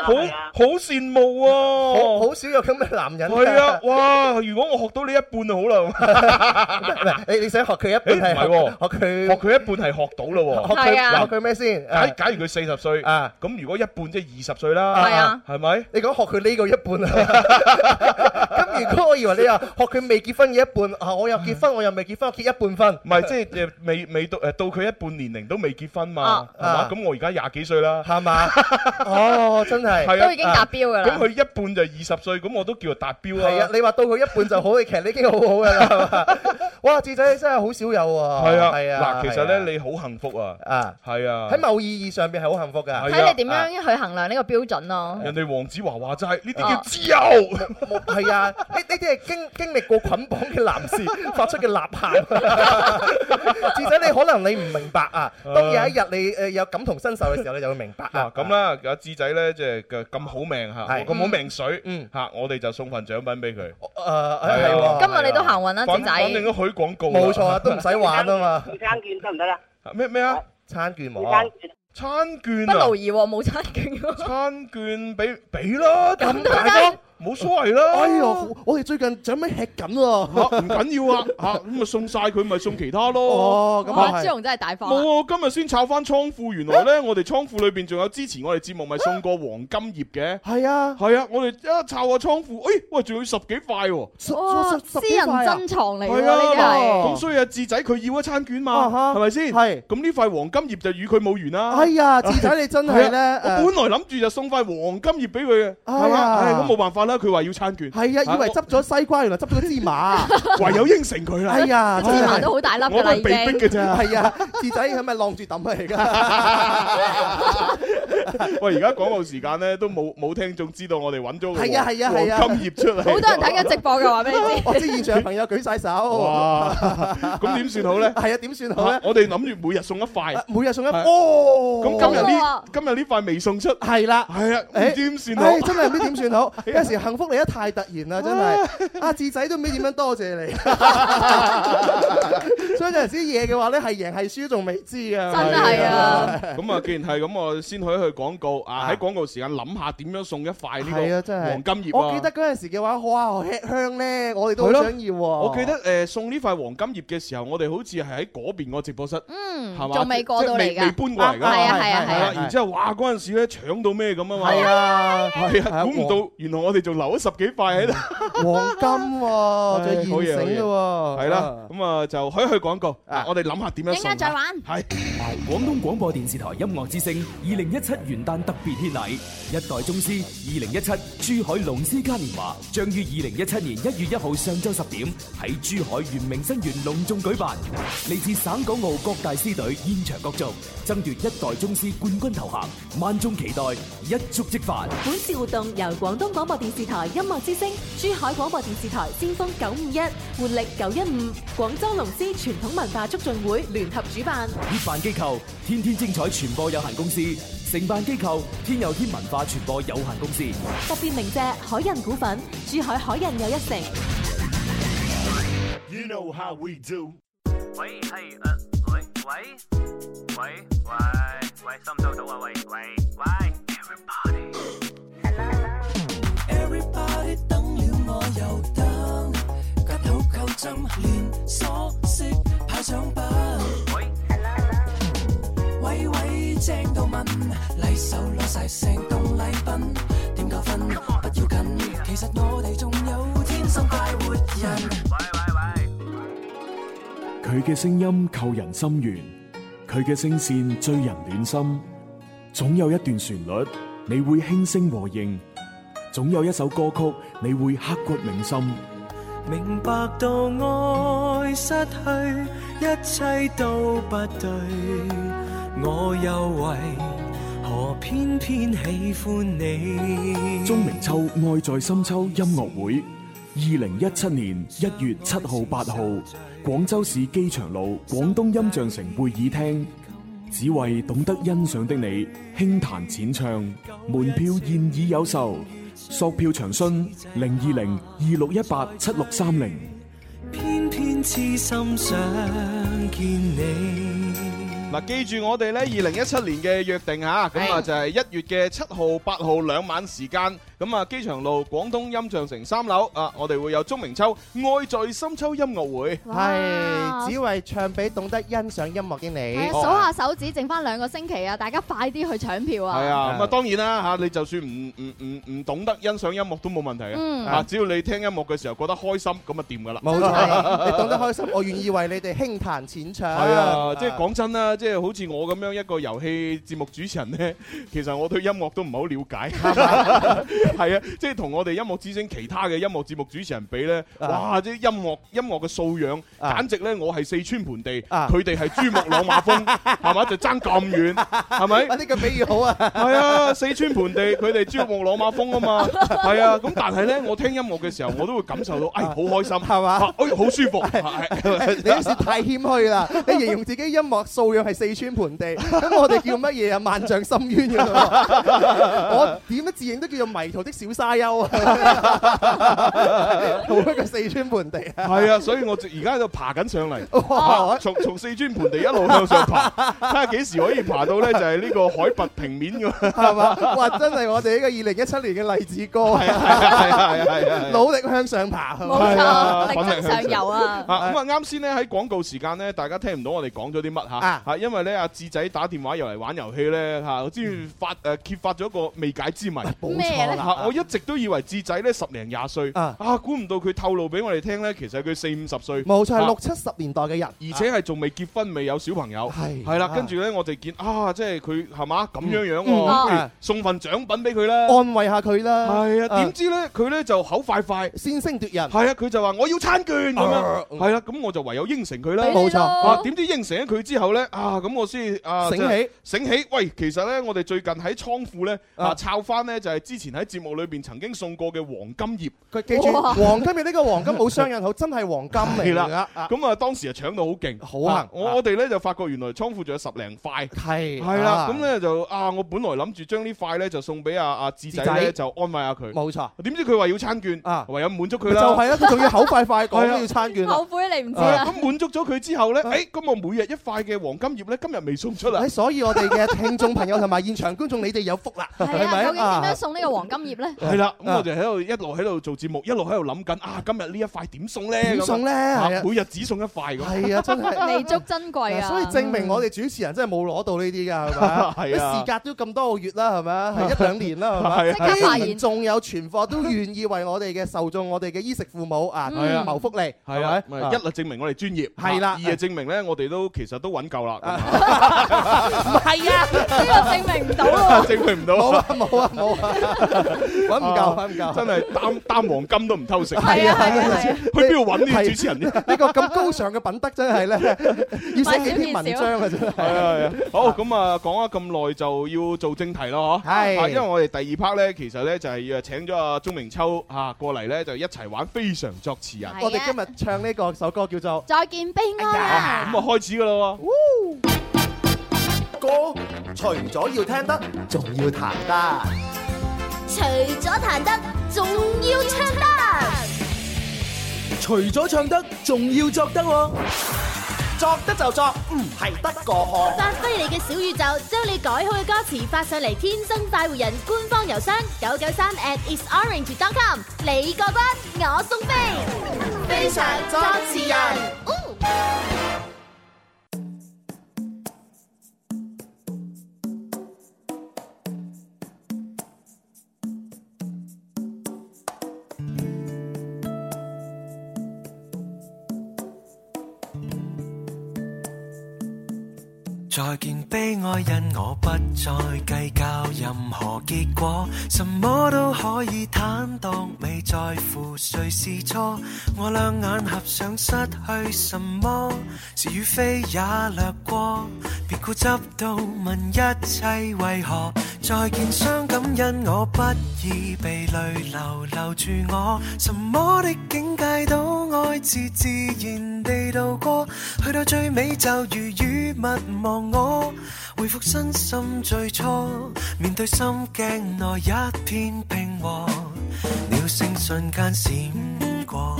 Speaker 9: 好好羨慕
Speaker 10: 好
Speaker 9: 啊！
Speaker 10: 好少有咁嘅男人。 [LAUGHS]
Speaker 9: 係啊，哇！如果我學到你一半就好啦。
Speaker 10: 你你想學佢一半係
Speaker 9: 誒唔係
Speaker 10: 學佢
Speaker 9: 學佢一半係學到啦
Speaker 10: 學
Speaker 9: 喎。
Speaker 10: 佢
Speaker 9: 係啊
Speaker 10: 學佢咩先？
Speaker 9: 假
Speaker 10: 啊
Speaker 9: 假如佢四十歲啊，咁如果一半即係二十歲啦，
Speaker 10: 係啊，
Speaker 9: 係咪？
Speaker 10: 你講學佢呢個一半啊？咁如果我以為你話學佢未結婚嘅一半啊，我又結婚，我又未結婚，我結一半婚。
Speaker 9: 唔係即係誒未未到誒到佢一半年齡都未結婚嘛，係嘛？
Speaker 10: 啊
Speaker 9: 咁我而家廿幾歲啦，
Speaker 10: 係嘛？ [LAUGHS] 哦，真
Speaker 9: [LAUGHS]
Speaker 10: 係
Speaker 9: 係啊，咁佢
Speaker 10: 佢
Speaker 9: 一半就二十歲，咁我都叫做達標啦。
Speaker 10: 係啊，你話到佢一半就好，其實你已經好好㗎啦，係嘛？哇，智仔真係好少有喎。
Speaker 9: 係啊，
Speaker 10: 係
Speaker 9: 嗱，
Speaker 10: 啊。
Speaker 9: 其實
Speaker 10: 係啊
Speaker 9: 咧你好幸福啊，
Speaker 10: 啊，
Speaker 9: 係啊，
Speaker 10: 喺某意義上邊係好幸福㗎。
Speaker 9: 係啊
Speaker 15: 睇你點樣去衡量呢個標準咯。
Speaker 9: 人哋黃子華話齋，呢
Speaker 15: 啊
Speaker 9: 啲叫自由。
Speaker 10: 係啊，呢呢啲係經經歷過捆綁嘅男士
Speaker 9: [LAUGHS]
Speaker 10: 發出嘅吶喊。 [LAUGHS] 智仔，你可能你唔明白啊，當有一日你誒有感同身受嘅時候，你就會明白啊
Speaker 9: 嗱。咁啦，阿志仔咧即係嘅咁好命嚇，
Speaker 10: 係
Speaker 9: 咁好命水嚇，我哋就送份獎品俾佢。
Speaker 10: 誒啊係喎，
Speaker 15: 今日你都行運啦，
Speaker 9: 啊反
Speaker 15: 智仔。
Speaker 9: 反正都許廣告啦。
Speaker 10: 冇錯啊，都唔使玩啊嘛。
Speaker 14: 餐券得唔得啦？
Speaker 9: 咩咩啊？
Speaker 10: 餐券
Speaker 14: 餐券
Speaker 9: 餐券
Speaker 15: 不勞！
Speaker 9: 啊
Speaker 15: 而獲冇餐券喎。
Speaker 9: 餐券俾俾啦，
Speaker 10: 咁大咯，
Speaker 9: 冇所謂啦。
Speaker 10: 哎呦，我哋最近獎品吃緊喎。
Speaker 9: 嚇唔緊要啊嚇，咁咪送晒佢，咪送其他咯。
Speaker 10: 哦
Speaker 2: 哇朱紅真係大方啊。
Speaker 9: 冇啊！今日先炒翻倉庫，原來咧我哋倉庫裏邊仲有之前我哋節目咪送過黃金葉嘅。
Speaker 10: 係啊，
Speaker 9: 係啊，我哋一炒個倉庫，誒喂，仲要十幾塊喎。
Speaker 2: 哇！私人珍藏嚟喎，
Speaker 9: 啊係
Speaker 2: 呢啲係。
Speaker 9: 咁所以阿智仔佢要一餐券
Speaker 10: 啊
Speaker 9: 嘛，
Speaker 10: 哈
Speaker 9: 係咪先？
Speaker 10: 係。
Speaker 9: 咁呢塊黃金葉就與佢冇緣啦。
Speaker 10: 哎呀智仔你真係咧
Speaker 9: 係啊
Speaker 10: 誒
Speaker 9: 我本來諗住就送塊黃金葉俾佢嘅，係
Speaker 10: 哎呀
Speaker 9: 嘛？唉咁冇辦法啦，佢話要餐券。
Speaker 10: 係啊，以為執咗西瓜，原來執咗個芝麻。
Speaker 9: [LAUGHS] 唯有應承佢啦。
Speaker 10: [LAUGHS] 哎呀，
Speaker 9: 真係
Speaker 10: 真係
Speaker 9: 我都係被逼嘅咋。
Speaker 10: 係啊，智仔係咪晾住抌啊？而家
Speaker 9: [LAUGHS] 喂，而家廣告時間咧，都冇冇聽眾知道我哋揾咗個
Speaker 10: 係啊係啊係啊
Speaker 9: 黃金葉出嚟，
Speaker 10: 好多人睇緊
Speaker 2: 直播
Speaker 10: [LAUGHS]
Speaker 2: 嘅話俾你知
Speaker 10: 我知現場嘅朋友舉晒手。 [LAUGHS]
Speaker 9: 哇！咁點算好咧？
Speaker 10: 係啊，點算好咧
Speaker 9: 啊我哋諗住每日送一塊，
Speaker 10: 每日送一
Speaker 9: 係
Speaker 10: 哦
Speaker 9: 咁今日呢
Speaker 10: 好
Speaker 9: 今日呢塊未送出，
Speaker 10: 係啦，
Speaker 9: 係啊，唔知點算
Speaker 10: 唉
Speaker 9: 好。
Speaker 10: 哎真係唔
Speaker 9: [LAUGHS]
Speaker 10: 知點算 [LAUGHS] 好。有時幸福嚟得太突然啦，真係。阿智仔都唔知點樣多謝 [LAUGHS] 你。所以有陣時嘢嘅話咧，係贏係輸仲未知嘅。
Speaker 9: 係！咁啊，既然係咁，我先去一去廣告啊，喺廣告時間諗下點樣送一塊
Speaker 10: 係啊，
Speaker 9: 呢
Speaker 10: 真
Speaker 9: 個
Speaker 10: 係。
Speaker 9: 黃金葉啊。
Speaker 10: 我記得嗰陣時嘅話，哇，吃香咧，我哋都
Speaker 9: 係
Speaker 10: 好
Speaker 9: 咯
Speaker 10: 想要喎。
Speaker 9: 我記得誒送呢塊黃金葉嘅時候，我哋好似係喺嗰邊個直播室，
Speaker 2: 嗯
Speaker 9: 係嘛？
Speaker 2: 仲未過到嚟㗎
Speaker 9: 即係未未搬過嚟㗎嘛。
Speaker 2: 啊係啊係啊係啊
Speaker 9: 啦然之後，哇！嗰陣時咧搶到咩咁啊嘛。 [LAUGHS]
Speaker 10: 係啊
Speaker 9: 係
Speaker 10: 係啊
Speaker 9: 啊，估唔到原來我哋仲留咗十幾塊喺度。
Speaker 10: 黃 [LAUGHS] 金
Speaker 9: [LAUGHS]
Speaker 10: 喎，
Speaker 9: 唉
Speaker 10: 仲
Speaker 9: 好
Speaker 10: 係
Speaker 9: 嘢
Speaker 10: 現成嘅
Speaker 9: 好
Speaker 10: 喎。
Speaker 9: 嘢係啦，咁啊就去一去廣告，啊我哋諗下點樣
Speaker 2: 陣
Speaker 9: 送
Speaker 2: 間
Speaker 9: 啊。
Speaker 2: 再玩。
Speaker 9: 係
Speaker 6: 廣東廣播電視台音樂之聲二零一七元元旦特別獻禮，一代宗師二零一七珠海龍獅嘉年華將於二零一七年一月一號上晝十點喺珠海圓明新園隆重舉辦，嚟自省港澳各大獅隊現場角逐，爭奪一代宗師冠軍頭銜，萬眾期待，一觸即發。
Speaker 8: 本次活動由廣東廣播電視台音樂之聲、珠海廣播電視台先鋒九五一、活力九一五、廣州龍獅傳統文化促進會聯合主辦。
Speaker 6: 協辦機構天天精彩傳播有限公司，承辦機構天有天文化傳播有限公司。
Speaker 8: 特別鳴謝海印股份、珠海海印又一城。
Speaker 16: You know how we do.
Speaker 5: 喂，係誒，喂喂喂喂喂，收唔收到啊？喂喂喂
Speaker 17: ，Everybody 等了我又等，刮口扣針連鎖式派獎品。喂喂喂，正到問，禮手攞晒成棟禮品，點夠分？不要緊，其實我哋仲有天生快活人。
Speaker 18: 佢嘅聲音扣人心弦，佢嘅聲線醉人暖心。總有一段旋律你會輕聲和應，總有一首歌曲你會刻骨銘心。
Speaker 17: 明白到愛失去，一切都不對，我又為何偏偏喜歡你？
Speaker 18: 鍾明秋愛在深秋音樂會，二零一七年一月七號、八號，廣州市機場路廣東音像城會議廳，只為懂得欣賞的你輕彈淺唱，門票現已有售，索票詳詢零二零二六一八七六三零。
Speaker 17: 偏偏痴心想見你。
Speaker 9: 嗱，記住我哋咧，二零一七年嘅約定嚇，咁
Speaker 17: 係
Speaker 9: 啊就係一月嘅七號、八號兩晚時間，咁啊機場路廣東音像城三樓啊，我哋會有鍾明秋《愛在深秋》音樂會，
Speaker 10: 係只為唱俾懂得欣賞音樂嘅你。
Speaker 9: 啊
Speaker 2: 啊數下手指，剩翻兩個星期啊！大家快啲去搶票啊！
Speaker 9: 係啊，咁啊當然啦嚇，你就算唔唔唔唔懂得欣賞音樂都冇問題
Speaker 2: 嗯
Speaker 9: 嘅，啊只要你聽音樂嘅時候覺得開心，咁啊掂噶啦，
Speaker 2: [LAUGHS]
Speaker 10: 冇 [LAUGHS] 錯，你懂得開心，我願意為你哋輕彈淺唱。
Speaker 9: 係啊，即係講真啦，即係好似我咁樣一個遊戲節目主持人呢， [LAUGHS] 其實我對音樂都唔係好了解， [LAUGHS] 係啊，即係同我哋音樂之星其他嘅音樂節目主持人比呢，
Speaker 10: 啊
Speaker 9: 哇！即係音樂音樂嘅素養，簡直呢，我係四川盆地，
Speaker 10: 啊
Speaker 9: 佢哋係珠穆朗瑪
Speaker 10: [LAUGHS]
Speaker 9: 峰，係嘛？就爭咁遠，係咪？
Speaker 10: 呢 [LAUGHS] 個比喻好啊！
Speaker 9: 係啊，四川盆地佢哋珠穆朗瑪峰啊嘛，係啊，咁但係呢，我聽音樂嘅時候，我都會感受到，哎，好開心，係
Speaker 10: 嘛？
Speaker 9: 哎，好舒服，係
Speaker 10: [LAUGHS] 你有時太謙虛啦！你形容自己音樂素養係四川盆地，咁我哋叫乜嘢啊？萬丈深
Speaker 9: [LAUGHS]
Speaker 10: 淵㗎嘛！我點樣自認都叫做迷途的小沙丘
Speaker 9: [LAUGHS]
Speaker 10: 啊！好一個四川盆地啊！
Speaker 9: 係啊，所以我就而家喺度爬緊上嚟啊
Speaker 10: 哇，
Speaker 9: 從從四川盆地一路向上爬，睇下幾時可以爬到咧就係呢個海拔平面㗎，
Speaker 10: 係嘛？哇！真係我哋呢個二零一七年嘅勵志歌，係
Speaker 9: 係啊係啊係啊係啊
Speaker 10: 努力向上爬，
Speaker 9: 冇錯係啊力
Speaker 10: 向
Speaker 9: 爭上游啊！咁啊，啱先咧喺廣告時間咧，大家聽唔到我哋講咗啲乜嚇
Speaker 10: 啊
Speaker 9: 嚇，因為咧阿志仔打電話又嚟玩遊戲咧嚇，我知發誒揭發咗一個未解之謎。
Speaker 10: 啊
Speaker 9: 啊
Speaker 10: 冇錯啦咩呢
Speaker 9: 嚇我一直都以為志仔咧十零廿歲啊，估唔到佢透露俾我哋聽咧，其實佢四五十歲。
Speaker 10: 冇錯，係
Speaker 9: 啊
Speaker 10: 六七十年代嘅人，
Speaker 9: 而且係仲未結婚，未有小朋友，係係啦，
Speaker 10: 啊
Speaker 9: 跟住咧我哋見啊，即係佢係嘛咁樣樣喎，
Speaker 10: 嗯
Speaker 9: 不如
Speaker 10: 啊
Speaker 9: 送份獎品俾佢啦，
Speaker 10: 安慰下佢啦。
Speaker 9: 係啊，點知咧佢咧就口快快，
Speaker 10: 先聲奪人。
Speaker 9: 係啊，佢就話我要餐券咁樣
Speaker 10: 啊，
Speaker 9: 係啦，咁我就唯有應承佢啦。
Speaker 10: 俾你咯冇錯
Speaker 9: 啊，點知應承咗佢之後咧，啊咁我先啊
Speaker 10: 醒起
Speaker 9: 醒起，喂，其實咧我哋最近喺倉庫咧啊抄翻咧就係之前喺節目裏邊曾經送過嘅黃金葉，
Speaker 10: 佢記住黃金嘅呢個黃金冇雙引號，真係黃金
Speaker 9: 係
Speaker 10: 嚟
Speaker 9: 啦
Speaker 10: 㗎。啊，
Speaker 9: 咁啊當時啊搶到好勁，好
Speaker 10: 行啊
Speaker 9: 我我哋咧就發覺原來倉庫仲有十零塊，
Speaker 10: 係
Speaker 9: 係啦，
Speaker 10: 啊
Speaker 9: 咁咧就啊我本來諗住將呢塊咧就送俾阿阿志仔
Speaker 10: 志
Speaker 9: 咧
Speaker 10: 仔
Speaker 9: 就安慰下佢，
Speaker 10: 冇錯。
Speaker 9: 點知佢話要餐券，唯有滿足啊佢
Speaker 10: 就
Speaker 9: 啦。
Speaker 10: 係啦，佢仲要口快快講
Speaker 9: 係啊
Speaker 10: 都要餐券啦。啊
Speaker 2: 後悔你唔知
Speaker 9: 啊
Speaker 2: 啦
Speaker 9: 咁。滿足咗佢之後咧，誒咁我每日一塊嘅黃金葉咧，今日未送出啦
Speaker 10: 誒，。所以我哋
Speaker 9: [LAUGHS]
Speaker 10: 嘅聽眾朋友同埋現場觀眾，你哋有福啦，係
Speaker 2: 係啊，究竟點樣
Speaker 10: 啊？
Speaker 2: 送呢個黃金葉咧？
Speaker 9: 係啦，咁我哋喺度一路喺度做節目，一路喺度諗緊啊，今日呢一塊點送咧？
Speaker 10: 點送呢
Speaker 9: 咁啊
Speaker 10: 係啊
Speaker 9: 每日只送一塊咁。
Speaker 10: 係啊，真
Speaker 2: 彌
Speaker 10: 係。
Speaker 2: 足珍貴啊！
Speaker 10: 所以證明我哋主持人真係冇攞到呢啲㗎，係咪？
Speaker 9: 係啊
Speaker 10: 時隔都咁多個月啦，係咪
Speaker 9: [LAUGHS]
Speaker 10: 啊？係一兩年啦，
Speaker 9: 係
Speaker 10: 係
Speaker 9: 啊即刻
Speaker 10: 咪？
Speaker 9: 發
Speaker 10: 發
Speaker 9: 現
Speaker 10: 現仲有存貨，都願意為我哋嘅受眾、我哋嘅衣食父母啊
Speaker 9: 係啊
Speaker 10: 謀福利，
Speaker 9: 係啊，咪
Speaker 10: 啊
Speaker 9: 一就證明我哋專業，
Speaker 10: 係啦
Speaker 9: 二就證明咧，我哋都其實都揾夠啦。 [LAUGHS]
Speaker 4: 啊嘛。
Speaker 7: 搵
Speaker 9: [LAUGHS] 證明唔到。[LAUGHS]
Speaker 10: [LAUGHS]
Speaker 7: 唔夠，
Speaker 9: 啊，
Speaker 7: 搵唔夠。
Speaker 9: 真係擔-擔黃金都唔偷食。
Speaker 7: 係啊，係啊，係啊。
Speaker 9: 去邊度搵呢啲主持人啫？
Speaker 7: 呢個咁高尚嘅品德真係呢，要寫幾篇文章啊，真係。
Speaker 9: Ờ, 係啊，係啊。好，咁啊，講咗咁耐就要做正題啦，嗬？
Speaker 7: 係。
Speaker 9: À, ờ, à, 啊，因為我哋第二part呢，其實呢，就係，呃，請咗阿鍾明秋，啊，過嚟呢，就一齊玩非常作詞人。
Speaker 7: 我哋今日唱呢個首歌叫做
Speaker 2: 再見悲
Speaker 10: 哎
Speaker 2: 哀啊！
Speaker 9: 咁啊，開始㗎啦喎。啊
Speaker 7: 歌，除咗要聽得，仲要彈得。
Speaker 13: 除咗彈得，仲要唱得。
Speaker 19: 除咗唱得，仲要作得喎。
Speaker 7: 作得就作，唔係得過河。
Speaker 20: 發揮你嘅小宇宙，將你改好嘅歌詞發上嚟，天生快活人官方郵箱九九三 at isorange.com，你過關，我送飛，哦
Speaker 13: 非常作詞人。
Speaker 17: 再見悲哀，因我不再計較任何結果，什麼都可以坦蕩，未在乎誰是錯。我兩眼合上，失去什麼，是與非也掠過。別固執到問一切為何，再見傷感，因我不已被淚流留住我，什麼的境界都愛自自然地度過，去到最尾就如雨勿忘我，回復身心最初，面對心鏡內一片平和，鳥聲瞬間閃過。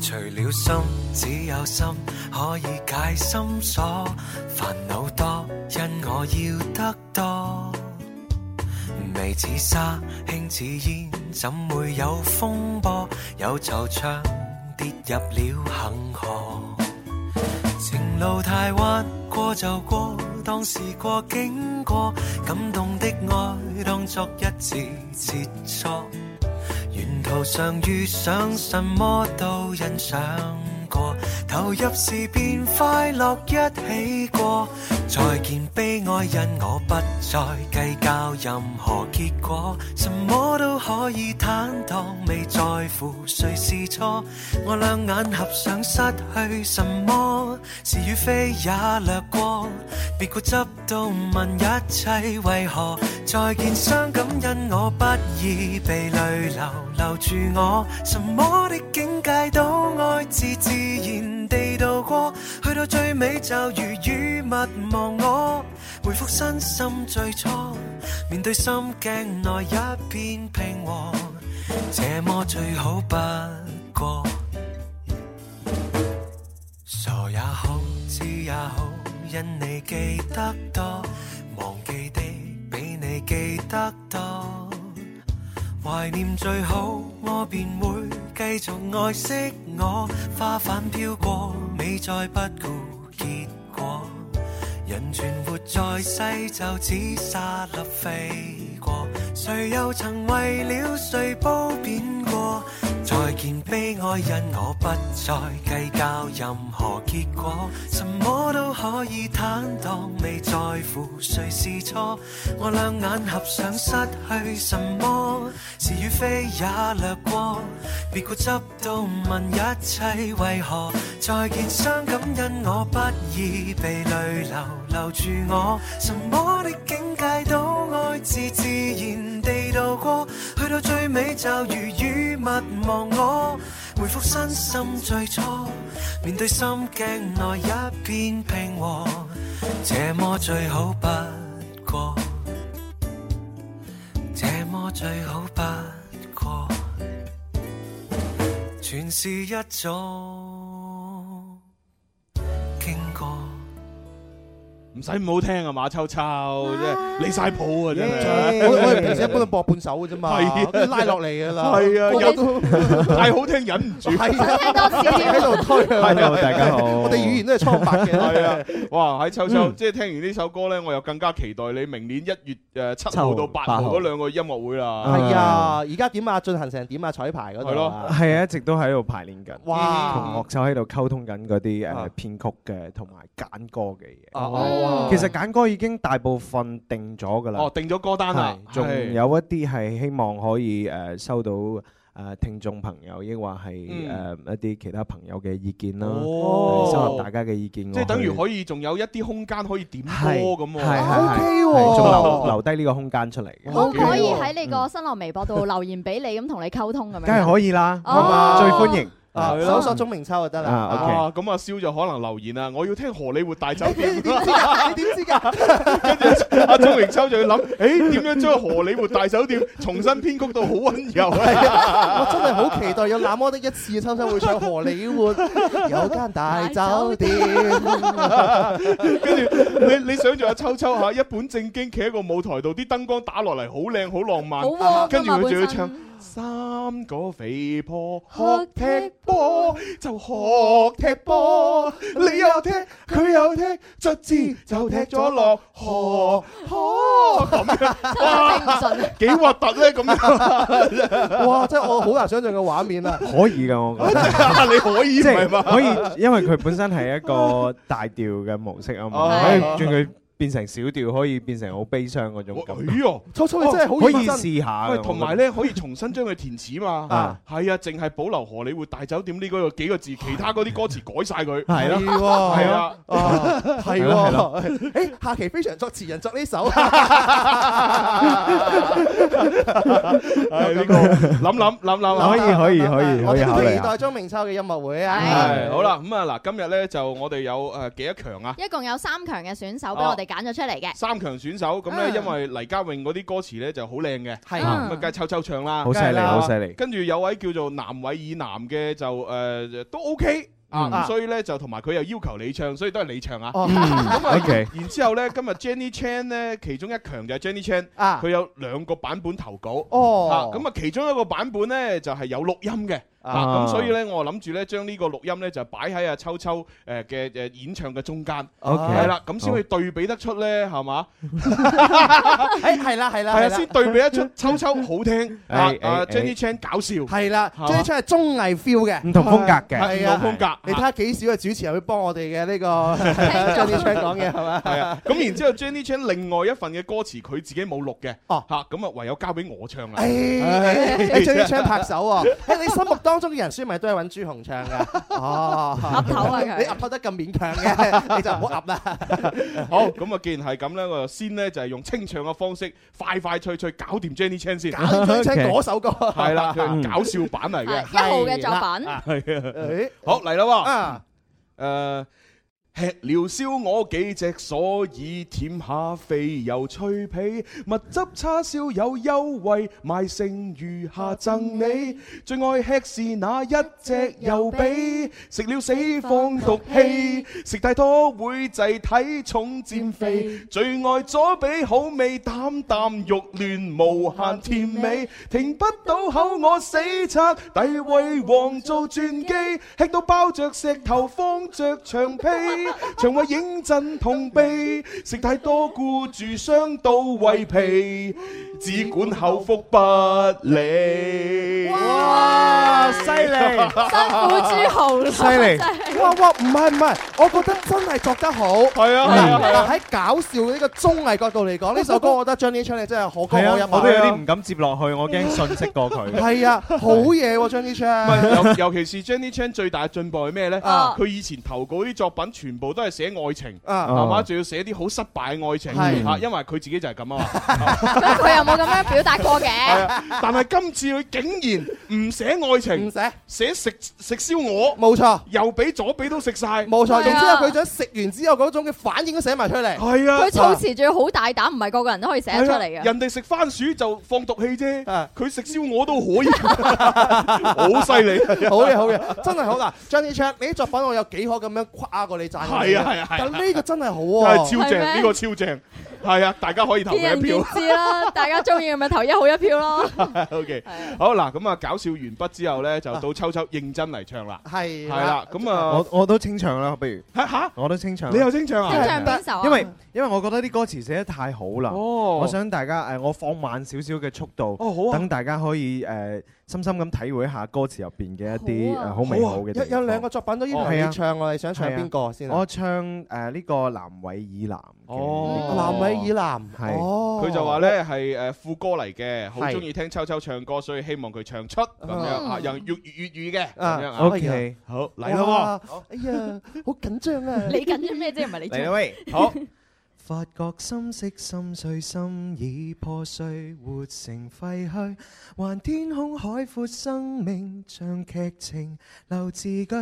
Speaker 17: 除了心，只有心可以解心鎖，煩惱多，因我要得多。眉似沙，輕似煙，怎會有風波？有就唱，跌入了恒河。情路太彎，過就過，當時過經過，感動的愛當作一次切磋。沿途上遇上什麼都欣賞過，投入時便快樂一起過。再見悲哀，因我不再計較任何結果，什麼都可以坦蕩，未在乎誰是錯。我兩眼合上，失去什麼，是與非也掠過。別固執到問一切為何，再見傷感因我不已被淚流留住我，什麼的境界都愛自自然地度過，去到最尾就如雨勿忘我，回復身心最初，面對心鏡內一片平和，這麼最好不過，傻也好，知也好。因你記得多，忘記的比你記得多。懷念最好，我便會繼續愛惜我。花瓣飄過，美再不顧結果。人存活在世就似沙粒飛過，誰又曾為了誰褒貶過？再見悲哀，因我不再計較任何結果，什麼都可以坦蕩，未在乎誰是錯。我兩眼合上，失去什麼，是與非也掠過。別固執到問一切為何，再見傷感，因我不已被淚流留住我，什麼的境界都愛自自然地度過，去到最尾就如雨勿忘我，回復身心最初，面對心鏡內一片平和，這麼最好不過，這麼最好不過，全是一種經過。
Speaker 9: 唔使咁好聽啊，馬秋秋啫，離晒譜啊真係。
Speaker 10: 我我哋平時一般都播半首嘅啫嘛，
Speaker 9: [LAUGHS] 係啊
Speaker 10: 拉落嚟㗎啦。
Speaker 9: 係啊
Speaker 10: 個個都
Speaker 9: [LAUGHS] 太好聽，忍唔住。
Speaker 10: 係啊聽多少喺度推啊 Hello，大家好 [LAUGHS] 我哋語言都係蒼白嘅
Speaker 9: 係啊，哇！喺秋秋，
Speaker 10: 嗯
Speaker 9: 即係聽完呢首歌咧，我又更加期待你明年一月誒呃七
Speaker 10: 七號
Speaker 9: 號到八號嗰兩個音樂會啦。
Speaker 10: 係啊，而家點啊？進行成點啊？彩排嗰度
Speaker 9: 係咯
Speaker 10: 啊
Speaker 21: 係啊，一直都喺度排練緊，
Speaker 10: 哇
Speaker 21: 同樂手喺度溝通緊嗰啲誒編曲嘅同埋揀歌嘅
Speaker 9: 哦
Speaker 21: 嘢。其實揀歌已經大部分定咗㗎啦。
Speaker 9: 哦，定咗歌單啦，
Speaker 21: 係仲
Speaker 9: 係
Speaker 21: 有一啲係希望可以誒收到誒聽眾朋友，抑或係誒
Speaker 9: 嗯
Speaker 21: 一啲其他朋友嘅意見啦，
Speaker 9: 哦
Speaker 21: 誒收集大家嘅意見。
Speaker 9: 即係等於
Speaker 21: 我去
Speaker 9: 可以仲有一啲空間可以點歌
Speaker 21: 係
Speaker 9: 咁喎。
Speaker 21: 係係係係仲留留低呢個空間出嚟嘅。
Speaker 2: 可唔可以喺你個新浪微博度留言俾你咁同你溝通咁樣？
Speaker 21: 梗係可以啦，
Speaker 2: 哦係嘛
Speaker 21: 最歡迎。
Speaker 10: 啊
Speaker 9: 係
Speaker 10: 搜索鍾明秋就得啦
Speaker 21: 啊，OK
Speaker 9: 啊咁阿蕭就可能留言啊啦，我要聽荷里活大酒
Speaker 10: [LAUGHS]
Speaker 9: 店。
Speaker 10: 你點
Speaker 9: [LAUGHS]
Speaker 10: 知㗎？
Speaker 9: 阿鍾明秋就要諗，誒點樣將荷里活大酒店 [LAUGHS] 重新編曲到好温柔
Speaker 10: 係啊！ [LAUGHS] 我真係好期待有那麼的一次，秋秋會唱荷
Speaker 9: [LAUGHS]
Speaker 10: 里活有間大酒店。
Speaker 9: 啊 [LAUGHS] 跟住你你想象阿秋秋嚇一本正經企喺個舞台度，啲燈光打落嚟好靚好浪
Speaker 10: 好 warm 㗎嘛
Speaker 9: 漫，跟住佢仲要唱
Speaker 10: 本身
Speaker 9: 三個肥婆
Speaker 10: 學踢波
Speaker 9: 就學踢波，
Speaker 10: 你又踢佢又踢，卒之就
Speaker 9: 踢咗落
Speaker 10: 哦
Speaker 9: 河河咁樣，哇
Speaker 10: 啊
Speaker 9: 幾核突咧咁樣，
Speaker 10: [LAUGHS] 哇！真係我好難想象嘅畫面啊！
Speaker 21: 可以㗎，我覺得。
Speaker 9: [LAUGHS] 你可以唔
Speaker 21: 即
Speaker 9: 係
Speaker 21: 係
Speaker 9: 嘛？
Speaker 21: 可以，因為佢本身係一個大調嘅模式啊嘛，
Speaker 9: 哦
Speaker 21: 可以轉佢變成小調，可以變成好悲傷嗰種感覺。
Speaker 9: 咦哦，
Speaker 10: 秋秋你真係好
Speaker 21: 可以
Speaker 10: 認真
Speaker 21: 試下㗎。
Speaker 9: 喂，同埋咧可以重新將佢填詞嘛，
Speaker 21: [LAUGHS] 啊
Speaker 9: 係啊，淨係保留荷里活大酒店呢嗰個幾個字，其他嗰啲歌詞改晒佢，
Speaker 21: 係咯
Speaker 9: 係啊，
Speaker 10: 啊係
Speaker 9: 係咯
Speaker 10: 喎，誒下期非常作詞人
Speaker 9: [LAUGHS]
Speaker 10: 作呢首， [LAUGHS]
Speaker 9: 係呢個諗諗諗諗，啊
Speaker 21: 可以可以可以
Speaker 10: 我
Speaker 21: 可以
Speaker 10: 哋
Speaker 21: 考慮
Speaker 10: 都期
Speaker 21: 下。
Speaker 10: 待張明秋嘅音樂會
Speaker 9: 係
Speaker 10: 啊！
Speaker 9: 好啦，咁啊嗱，今日咧就我哋有誒幾多強啊？
Speaker 2: 一共有三強嘅選手俾
Speaker 9: 哦
Speaker 2: 我哋揀咗出嚟嘅。
Speaker 9: 三強選手咁咧，
Speaker 2: 嗯
Speaker 9: 因為黎家穎嗰啲歌詞咧就好靚嘅，咁
Speaker 10: 係嗯
Speaker 9: 啊，梗係秋秋唱啦，
Speaker 21: 好犀利
Speaker 9: 梗係啦
Speaker 21: 好犀利
Speaker 9: 跟住有位叫做南偉以南嘅就誒都 OK。啊，
Speaker 21: 嗯
Speaker 9: 咁所以咧就同埋佢又要求你唱，所以都係你唱啊。
Speaker 21: 哦嗯
Speaker 9: 咁
Speaker 21: [LAUGHS]
Speaker 9: 啊
Speaker 21: OK
Speaker 9: 然之後咧，今日 Jenny Chan 咧，其中一強就係 Jenny Chan，
Speaker 10: 啊
Speaker 9: 佢有兩個版本投稿。
Speaker 10: 哦
Speaker 9: 啊咁啊，其中一個版本咧就係有錄音嘅。
Speaker 10: 啊
Speaker 9: 啊，咁所以咧，我諗住咧將呢個錄音咧就擺喺阿秋秋誒嘅誒演唱嘅中間。
Speaker 10: OK
Speaker 9: 係啦，咁先
Speaker 10: 好
Speaker 9: 去對比得出咧，係嘛？
Speaker 10: [LAUGHS] 誒係啦係啦
Speaker 9: 係啊，先對比得
Speaker 10: [LAUGHS]
Speaker 9: 出秋秋好聽，
Speaker 10: 係
Speaker 9: 啊
Speaker 10: 係
Speaker 9: 啊
Speaker 10: 係
Speaker 9: Jenny Chan 搞笑，
Speaker 10: 係啦
Speaker 9: 係嘛 [LAUGHS]
Speaker 10: Jenny Chan 係綜藝 feel 嘅，
Speaker 9: 唔同風格嘅
Speaker 10: 係啊，
Speaker 9: 唔同風格
Speaker 10: 你睇下幾少嘅主持人會幫我哋嘅呢個
Speaker 9: [LAUGHS]
Speaker 10: Jenny Chan 講嘢係嘛？
Speaker 9: 係啊，咁然之後 Jenny Chan 另外一份嘅歌詞佢自己冇錄嘅，
Speaker 10: 哦，
Speaker 9: 嚇咁啊唯有交俾我唱啦。
Speaker 10: 誒，你仲要唱拍手喎！喺你心目當中嘅人，所以咪都係揾朱紅唱
Speaker 9: [LAUGHS]
Speaker 10: 噶。哦，
Speaker 9: 岌頭啊佢
Speaker 10: 你岌頭得咁勉強
Speaker 9: [LAUGHS]
Speaker 10: [LAUGHS] 嘅，你就唔好岌啦。
Speaker 9: 好，咁啊，既然係咁咧，我就先咧就係用清唱嘅方式，快快脆脆搞掂 Jenny Chan 先。搞
Speaker 10: 掂 Jenny Chan 嗰首歌
Speaker 9: 係啦，佢係搞笑版嚟嘅，
Speaker 10: 係一號嘅作
Speaker 9: [LAUGHS]
Speaker 10: 品
Speaker 9: 係
Speaker 10: 誒
Speaker 9: 啊，好嚟啦喎，誒。吃了燒鵝幾隻，所以舔下肥油脆皮，蜜汁叉燒有優惠，賣剩餘下贈你。最愛吃是那一隻油髀，食了死嗯放毒氣，食太多會滯體重漸肥。最愛左髀好味，淡淡肉嫩無限甜美，停不到口我死撐，帝位王做傳記，吃到包着石頭放着長 [LAUGHS] 被，腸胃影陣痛悲，食太多顧住傷到胃皮，只管口腹不理。
Speaker 10: 哇，犀利，
Speaker 9: [LAUGHS] 辛苦朱豪啦
Speaker 10: [LAUGHS] 犀
Speaker 9: 真
Speaker 10: 利
Speaker 9: 係！
Speaker 10: 哇哇，唔係唔係，我覺得真係作得好。
Speaker 9: 係啊係啊係啊
Speaker 10: 嗱喺搞笑呢個綜藝角度嚟講，呢首歌我覺得張天昌你真係可歌可
Speaker 21: 係
Speaker 10: 泣
Speaker 21: 啊，我都有啲
Speaker 10: 啊。
Speaker 21: 唔敢接落去，我驚信息過佢。
Speaker 10: 係啊，好嘢喎，張天
Speaker 9: 啊
Speaker 10: 昌。
Speaker 9: 尤尤其是 Jenny Chan 最大嘅進步係咩呢？
Speaker 10: 啊
Speaker 9: 佢以前投稿啲作品全部都係寫愛情，
Speaker 10: 啊
Speaker 9: 係嘛？仲要寫啲好失敗嘅愛情，
Speaker 10: 係
Speaker 9: 啊，因為佢自己就係咁
Speaker 2: [LAUGHS]
Speaker 9: 啊嘛。
Speaker 2: 咁佢又冇咁樣表達
Speaker 10: [LAUGHS]
Speaker 2: 過
Speaker 9: 係
Speaker 2: 嘅。
Speaker 9: 啊，但係今次佢竟然唔寫愛情，
Speaker 10: 唔寫
Speaker 9: 寫食食燒鵝，
Speaker 10: 冇錯，
Speaker 9: 又俾左俾都食晒，
Speaker 2: 啊
Speaker 10: 冇錯，總之佢想食完之後嗰種嘅反應都寫埋出嚟。
Speaker 9: 係啊
Speaker 2: 佢措辭仲要好大膽，唔係個個人都可以寫得出嚟嘅。
Speaker 9: 人哋食番薯就放毒氣啫，
Speaker 10: 啊
Speaker 9: 佢食燒鵝都可以， [LAUGHS] 好犀利，
Speaker 10: 好嘢好嘢，真係好嗱，Johnny Chan，你啲作品我有幾可咁樣誇過你讚過你
Speaker 9: 係啊係啊係啊
Speaker 10: 但呢個真係好
Speaker 9: 真
Speaker 10: 喎，
Speaker 9: 係超正，呢個超正，係啊，大家可以投
Speaker 2: 見
Speaker 9: 佢
Speaker 2: 仁
Speaker 9: 一
Speaker 2: 見
Speaker 9: 票。 [LAUGHS]
Speaker 10: [LAUGHS]
Speaker 2: 智啦，大家中意咪投一好一票咯。
Speaker 9: O K，好嗱，咁啊，搞笑完畢之後咧，就到秋秋認真嚟唱啦。
Speaker 10: 係
Speaker 9: 係啦，咁啊
Speaker 21: 我，我都清唱啦，不如
Speaker 9: 嚇
Speaker 21: 我都清唱，
Speaker 9: 你又清唱啊清唱邊
Speaker 21: 邊
Speaker 9: 首啊
Speaker 21: 因為因為我覺得啲歌詞寫得太好啦，
Speaker 9: 哦
Speaker 21: 我想大家誒，我放慢少少嘅速度，
Speaker 9: 哦好啊
Speaker 21: 等大家可以誒深深咁體會一下歌詞入邊嘅一啲
Speaker 10: 好啊
Speaker 21: 誒好美好嘅地
Speaker 10: 有
Speaker 21: 方。
Speaker 10: 有兩個作品都要求
Speaker 21: 係
Speaker 10: 哦你
Speaker 21: 啊
Speaker 10: 唱，我哋想唱邊個先啊
Speaker 21: 我唱誒呢個南偉以南嘅
Speaker 2: 哦
Speaker 21: 呢個
Speaker 10: 南偉以南
Speaker 21: 係
Speaker 10: 哦
Speaker 9: 佢就話咧係誒副歌嚟嘅，好
Speaker 21: 係
Speaker 9: 中意聽秋秋唱歌，所以希望佢唱出咁樣
Speaker 10: 嗯
Speaker 9: 啊，又粵粵語嘅
Speaker 21: 啊
Speaker 9: 咁樣啊。
Speaker 21: OK
Speaker 9: 好嚟啦
Speaker 10: 哎哇哎呀，好緊張啊！
Speaker 2: 你緊張咩啫？唔係你
Speaker 21: 嚟啦喂，
Speaker 2: [LAUGHS]
Speaker 9: 好。
Speaker 17: 發覺心息心碎，心已破碎，活成廢墟。還天空海闊，生命像劇情留字句。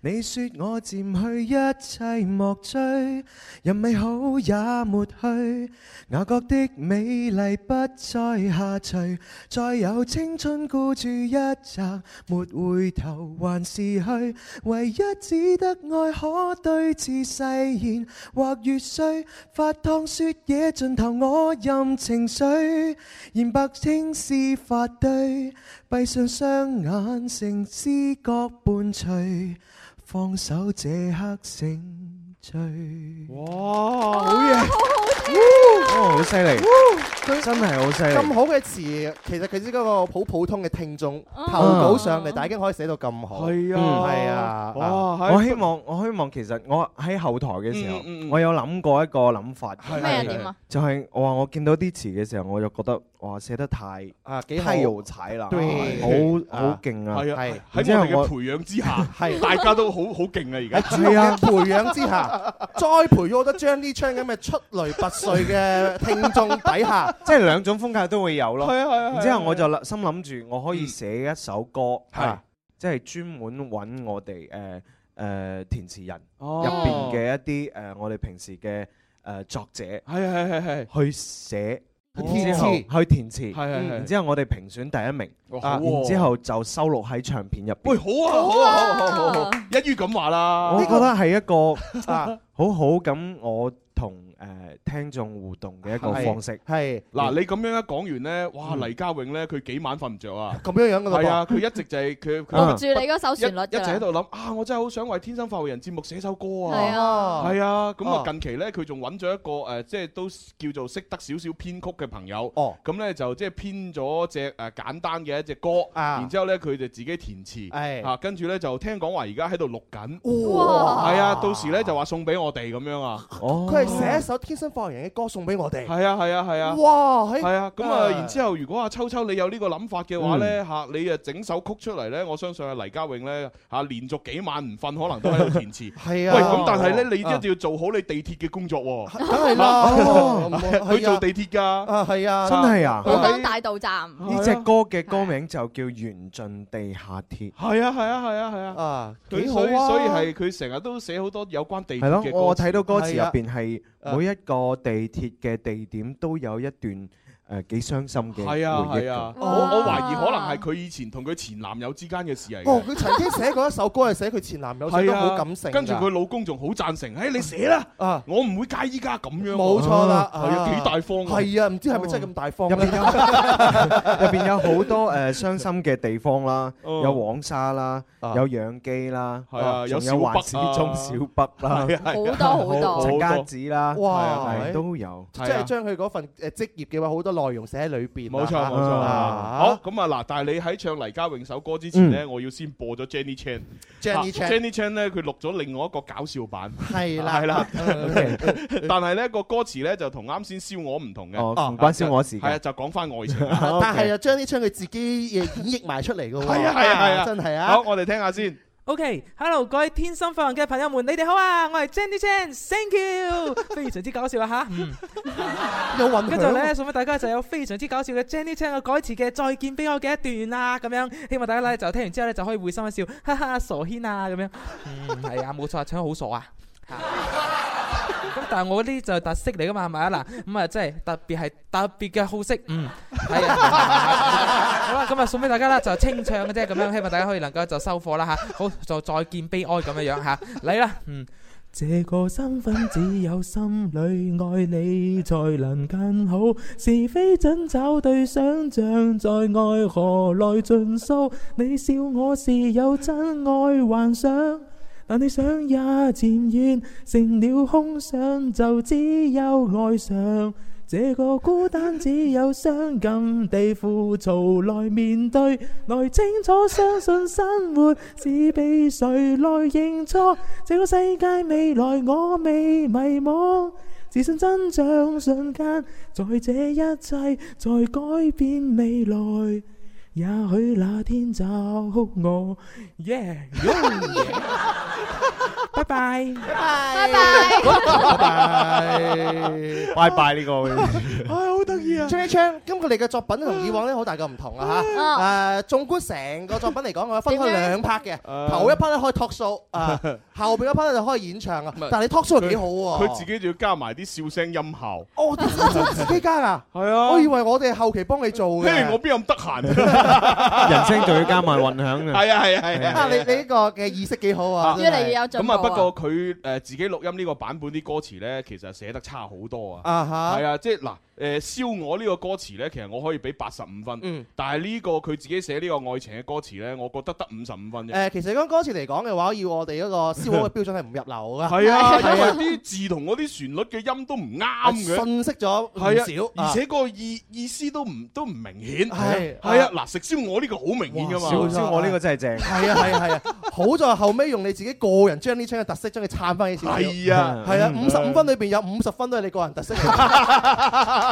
Speaker 17: 你說我漸去，一切莫追，人美好也沒去，雅閣的美麗不再下垂。再有青春孤注一擲，沒回頭還是去，唯一只得愛可對峙誓言或越歲，發燙雪野盡頭，我任情緒，言白青絲發堆，閉上雙眼成知覺伴隨，放手這刻醒醉。
Speaker 9: 哇，
Speaker 10: 好嘢，
Speaker 21: 哦，好犀利，
Speaker 10: 佢
Speaker 21: 真係好犀利。
Speaker 10: 咁好啊嘅詞，其實佢只嗰個好普通嘅聽眾投稿上嚟，但已經可以寫到咁好。
Speaker 9: 係
Speaker 21: 嗯
Speaker 10: 係啊，
Speaker 21: 啊我希望我希望其實我喺後台嘅時候
Speaker 10: 嗯嗯嗯，
Speaker 21: 我有諗過一個諗法
Speaker 10: 係，咩啊點啊？
Speaker 21: 就係我話我見到啲詞嘅時候，我就覺得哇寫得太
Speaker 10: 啊幾好
Speaker 21: 太有才啦，
Speaker 10: 對
Speaker 21: 好
Speaker 10: 啊
Speaker 21: 好勁啊！
Speaker 9: 係啊，
Speaker 21: 然
Speaker 9: 喺
Speaker 21: 之
Speaker 9: 我
Speaker 21: 後
Speaker 9: 哋嘅培養 [LAUGHS] 之下，
Speaker 10: 係
Speaker 9: 大家都好好勁 [LAUGHS] 啊！而家
Speaker 10: 喺朱紅嘅培養之下， [LAUGHS] 栽培咗好多將呢槍咁嘅出類拔萃嘅聽眾
Speaker 9: [LAUGHS]
Speaker 10: 底下，
Speaker 21: 即係兩種風格都會有咯。
Speaker 10: 係啊係啊係啊
Speaker 21: 然之後我就諗心諗住，我可以寫一首歌，
Speaker 10: 嗯
Speaker 9: 係
Speaker 21: 啊即係專門揾我哋誒誒填詞人
Speaker 9: 哦
Speaker 21: 入邊嘅一啲誒我哋平時嘅誒作者，係
Speaker 9: 係係係
Speaker 21: 去寫。
Speaker 10: 去
Speaker 21: 然之
Speaker 10: 填
Speaker 21: 後
Speaker 10: 詞
Speaker 21: 去填詞，
Speaker 10: 係係係
Speaker 21: 然之後我哋評選第一名，
Speaker 9: 哇好
Speaker 21: 啊
Speaker 9: 喎
Speaker 21: 然之後就收錄喺唱片入邊。
Speaker 9: 喂，好啊，好啊，好啊好啊好啊，一於咁話啦。
Speaker 21: 我覺得係一
Speaker 10: [LAUGHS]
Speaker 21: 個
Speaker 9: 啊
Speaker 21: 啊好好咁，我同誒聽眾互動嘅一個方式。
Speaker 10: 係
Speaker 9: 嗱，你咁樣一講完咧，哇！黎家永咧，佢幾晚瞓唔着啊！
Speaker 10: 咁樣樣㗎啦噃
Speaker 9: 係啊，佢一直就係佢佢
Speaker 2: 焗住你嗰首旋律
Speaker 9: 一
Speaker 2: 㗎
Speaker 9: 一直
Speaker 2: 啦
Speaker 9: 喺度諗啊！我真係好想為《天生發育人》節目寫首歌啊！
Speaker 2: 係啊
Speaker 9: 係啊！咁啊
Speaker 10: 哦，
Speaker 9: 近期咧，佢仲揾咗一個誒，即係都叫做識得少少編曲嘅朋友。
Speaker 10: 哦，
Speaker 9: 咁咧就即係編咗隻誒簡單嘅一隻歌，
Speaker 10: 啊
Speaker 9: 然之後咧佢就自己填詞，
Speaker 10: 係
Speaker 9: 啊，跟住咧就聽講話而家喺度錄緊，
Speaker 10: 哇
Speaker 9: 係啊，到時咧就話送俾我哋咁樣啊。
Speaker 21: 哦
Speaker 10: 佢係寫一首天生發人嘅歌送俾我哋。
Speaker 9: 係啊係啊係啊！
Speaker 10: 哇嘿
Speaker 9: 係啊！咁啊，
Speaker 10: 啊
Speaker 9: 然之後，如果阿秋秋你有呢個諗法嘅話咧，
Speaker 10: 嗯
Speaker 9: 嚇你啊整首曲出嚟咧，我相信阿黎家永咧嚇連續幾晚唔瞓，可能都喺度填詞。
Speaker 10: 係啊
Speaker 9: 喂，咁但係咧，
Speaker 10: 啊
Speaker 9: 你一定要做好你地鐵嘅工作喎。梗
Speaker 10: 係啦哦
Speaker 9: [LAUGHS] 佢做地鐵㗎。啊
Speaker 10: 係啊
Speaker 21: 真係啊！
Speaker 2: 武當大道站
Speaker 21: 呢只歌嘅歌名就叫《緣盡地下鐵》。
Speaker 9: 係啊係啊係啊係啊！
Speaker 10: 啊，
Speaker 9: 佢
Speaker 10: 幾好
Speaker 9: 所以
Speaker 10: 啊
Speaker 9: 所以係佢成日都寫好多有關地鐵
Speaker 21: 係咯
Speaker 9: 嘅，歌詞。
Speaker 21: 我睇到歌詞入邊係
Speaker 9: 係啊
Speaker 21: 每一個地鐵嘅地點都有一段誒幾傷心嘅回
Speaker 9: 係啊
Speaker 21: 憶
Speaker 9: 係啊
Speaker 21: 㗎。，
Speaker 9: 我我懷疑可能係佢以前同佢前男友之間嘅事嚟嘅。
Speaker 10: 哦，佢曾經寫過一首歌係寫佢前男友，寫
Speaker 9: 係
Speaker 10: 得
Speaker 9: 啊
Speaker 10: 好感性㗎。
Speaker 9: 跟住佢老公仲好贊成，誒你寫
Speaker 10: [LAUGHS]
Speaker 9: 啦，我唔會介意㗎咁樣。
Speaker 10: 冇錯啦，
Speaker 9: 係啊幾大方啊。
Speaker 10: 係啊，唔知係咪真係咁大方
Speaker 21: 入
Speaker 10: 咧
Speaker 21: 邊有入邊有好多誒傷心嘅地方啦，
Speaker 9: [LAUGHS] 哦
Speaker 21: 有黃沙啦，有楊記啦，
Speaker 9: 係啊有
Speaker 21: 仲
Speaker 9: 小北啊
Speaker 21: 環市中小北啦，
Speaker 9: [LAUGHS] 係啊係啊好多好多啊
Speaker 21: 陳家子啦，
Speaker 10: 哇
Speaker 21: 係都有，
Speaker 10: 即係將佢嗰份誒職業嘅話，好多內容寫喺裏邊啊。
Speaker 9: 冇錯冇錯，
Speaker 10: 啊
Speaker 9: 好咁啊嗱！但係你喺唱黎家榮首歌之前呢，
Speaker 10: 嗯
Speaker 9: 我要先播咗 Jenny Chan。啊
Speaker 10: Jenny Chan
Speaker 9: Jenny Chan 咧，佢錄咗另外一個搞笑版，
Speaker 10: 係啦
Speaker 9: 係
Speaker 10: [LAUGHS]
Speaker 9: 啦
Speaker 10: 嗯。
Speaker 9: [LAUGHS] 但係呢個歌詞呢，就同啱先燒鵝唔同嘅，
Speaker 21: 哦唔關燒鵝事嘅
Speaker 9: 係啊，就講翻愛
Speaker 10: [LAUGHS]
Speaker 9: 情。
Speaker 10: 啊
Speaker 9: [LAUGHS]
Speaker 10: 但係又將啲槍佢自己誒呃演繹埋出嚟嘅喎。
Speaker 9: 係啊係啊係啊，
Speaker 10: 真係
Speaker 9: 好，
Speaker 10: 啊！
Speaker 9: 我哋聽下先。
Speaker 22: OK，Hello，、各位天生發人嘅朋友們，你哋好啊！我係 Jenny Chan，Thank you，非常之搞笑啊吓， [LAUGHS] 嗯，
Speaker 10: 有混
Speaker 22: 跟住咧，送俾大家就有非常之搞笑嘅 Jenny Chan 嘅改詞嘅《再見俾我》嘅一段啦、咁樣希望大家咧就聽完之後咧就可以會心一笑，哈哈，傻軒啊，咁樣，嗯，係啊，冇錯，唱得好傻啊！咁但係我嗰啲就係特色嚟噶嘛，係咪啊嗱？咁啊，真係特別係特別嘅好色，嗯，係啊。 [LAUGHS] 好啦，咁啊送俾大家啦，就清唱嘅啫，咁樣希望大家可以能夠就收貨啦吓。好，就再見悲哀咁樣樣吓，嚟啦，嗯。
Speaker 1: 这个身份只有心里爱你，才能更好。是非真找对想象，在爱河内尽诉。你笑我是有真爱幻想，但你想也漸遠，成了空想，就只有愛上。这个孤單只有傷感地枯燥來面對，來清楚相信生活是被誰來認錯。這個世界未來我未迷惘，自信真相瞬間，在這一切在改變未來。也許那天找我，yeah，拜拜，
Speaker 15: 拜
Speaker 1: 拜
Speaker 21: 拜拜 [LAUGHS] 呢個。
Speaker 10: 好得意啊！張一昌，咁佢哋嘅作品同以往咧好大嘅唔同啊
Speaker 15: 啊
Speaker 10: 嚇。誒，縱觀成個作品嚟講，我
Speaker 9: [LAUGHS]
Speaker 10: 分開
Speaker 9: 啊
Speaker 15: 點樣
Speaker 10: 兩 part 嘅，頭一 part 咧可以 talk show [LAUGHS] 啊，後邊嗰 part 咧就可以演唱啊。但係你 talk show 幾好喎？
Speaker 9: 佢自己仲要加埋啲笑聲音效。
Speaker 10: 哦，
Speaker 9: [LAUGHS]
Speaker 10: 自己加啊？
Speaker 9: 係啊
Speaker 10: 我以為我哋後期幫你做嘅。
Speaker 9: 嘿，哎我邊有咁得閒啊
Speaker 21: 人 [LAUGHS] 聲仲要加埋混響啊！
Speaker 9: 係啊係啊係啊
Speaker 10: 啊！你你呢個嘅意識幾好啊！真係
Speaker 9: 咁啊，不過佢誒自己錄音呢個版本啲歌詞咧，其實寫得差好多啊。
Speaker 10: 啊哈
Speaker 9: 係啊，即係嗱誒燒我呢個歌詞咧，其實我可以俾八十五分。
Speaker 10: 嗯
Speaker 9: 但係呢個佢自己寫呢個愛情嘅歌詞咧，我覺得得五十五分啫。
Speaker 10: [LAUGHS] 誒，其實講歌詞嚟講嘅話，要我哋嗰個燒鵝嘅標準係唔入流㗎。
Speaker 9: [LAUGHS] 係啊，因
Speaker 10: 係啊啊
Speaker 9: 為啲字同嗰啲旋律嘅音都唔啱嘅，
Speaker 10: 信息咗唔
Speaker 9: 係啊
Speaker 10: 少
Speaker 9: 而且個意意思都唔都唔明顯。
Speaker 10: 係
Speaker 9: 係啊，嗱，食燒鵝呢個好明顯噶嘛。
Speaker 21: 少少我呢個真係正。
Speaker 10: 係啊係啊係啊！好在後尾用你自己個人將呢張嘅特色將佢撐翻起少少。
Speaker 9: 係啊
Speaker 10: 係啊，五十五分裏邊有五十分都係你個人特
Speaker 9: [LAUGHS]
Speaker 10: 色嚟嘅。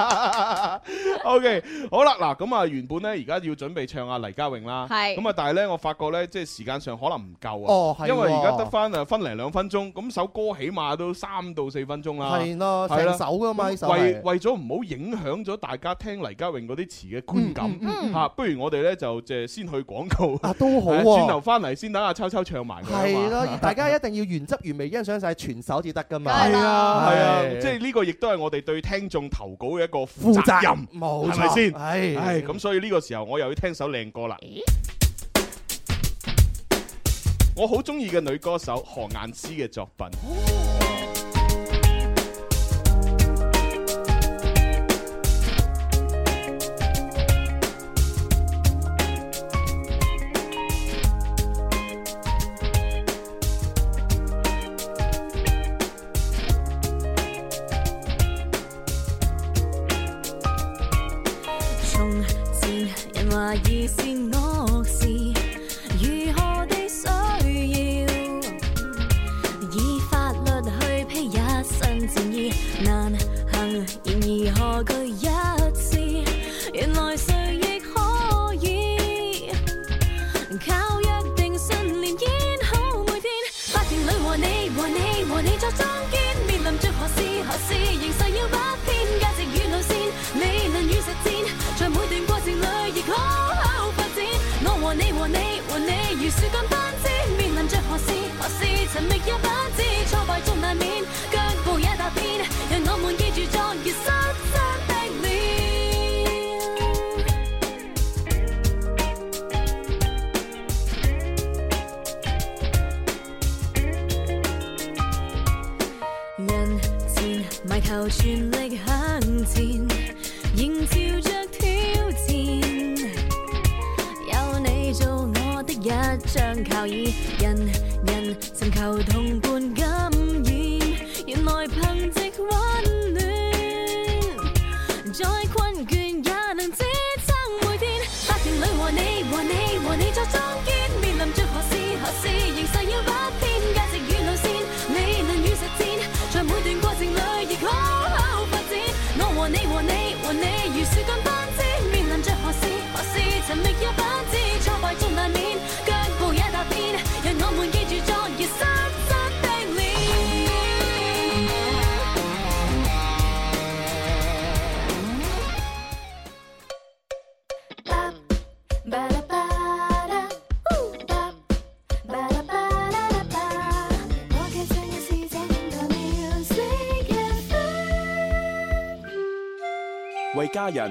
Speaker 9: O、k 好啦，嗱咁啊，原本咧而家要準備唱阿黎家榮啦，
Speaker 10: 係
Speaker 9: 咁啊，但係咧我發覺咧即係時間上可能唔夠啊，
Speaker 10: 哦係
Speaker 9: 因為而家
Speaker 10: 喎
Speaker 9: 得翻啊分零兩分鐘，咁首歌起碼都三到四分鐘啦，
Speaker 10: 係咯
Speaker 9: 係啦
Speaker 10: 成首㗎嘛
Speaker 9: 咁
Speaker 10: 呢首係
Speaker 9: 為為咗唔好影響咗大家聽黎家榮嗰啲詞嘅觀感嚇、
Speaker 10: 嗯嗯嗯
Speaker 9: 不如我哋咧就即係先去廣告
Speaker 10: 啊，都
Speaker 9: [LAUGHS]
Speaker 10: 好喎
Speaker 9: 轉頭翻嚟先等阿秋秋唱埋佢啊嘛，
Speaker 10: 係
Speaker 9: [LAUGHS]
Speaker 10: 咯，大家一定要原汁原味欣賞晒全首至得㗎嘛。
Speaker 9: 係啊，係啊，
Speaker 10: 係
Speaker 9: 即係呢個亦都係我哋對聽眾投稿嘅一個負
Speaker 10: 負責
Speaker 9: 任，
Speaker 10: 冇錯
Speaker 9: 係咪先？
Speaker 10: 係
Speaker 9: 唉，咁所以呢個時候我又要聽首靚歌啦。我好中意嘅女歌手何雁詩嘅作品。
Speaker 23: 從前人話易是惡事，如何地需要？以法律去披一身正義，難行，然而何懼一次？原來誰亦可以。靠約定信念演好每天。法庭裏和你和你和你作中堅，面臨着何事何事，形勢要不偏，價值與路線，理論與實踐，在每段過程裏亦可好發展。我和你和你和你如樹幹單枝，面臨着何事何事，尋覓也不知，挫敗中難免，腳步也踏遍，讓我們記住昨日失真的臉。人前埋頭全力向前，迎照着挑戰。有你做我的一張靠椅，人人尋求同伴感染，原來憑藉温暖。再困倦也能支撐每天。法庭裏和你和你和你作中堅，面臨着何事何事，形勢要不偏，價值與路線，理論與實踐，在每段過程裏亦可好發展。我和你和你和你如樹幹單枝，面臨着何事何事，尋覓一班子，挫敗中難免，腳步也踏遍，讓我們記住昨日失真的臉。 Ba-da-ba-da, ooh, ba- ba-da-ba-da-da.
Speaker 3: 为家人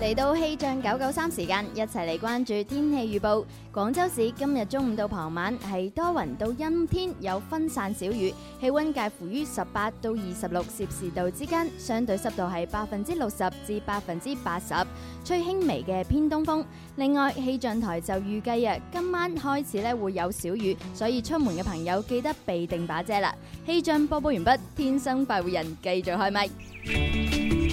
Speaker 2: 嚟到氣象九九三時間，一齊嚟關注天氣預報。廣州市今日中午到傍晚係多雲到陰天，有分散小雨，氣温介乎於十八到二十六攝氏度之間，相對濕度係百分之六十至百分之八十，吹輕微嘅偏東風。另外，氣象台就預計啊，今晚開始咧會有小雨，所以出門嘅朋友記得備定把遮啦。氣象播報完畢，天生快活人繼續開咪。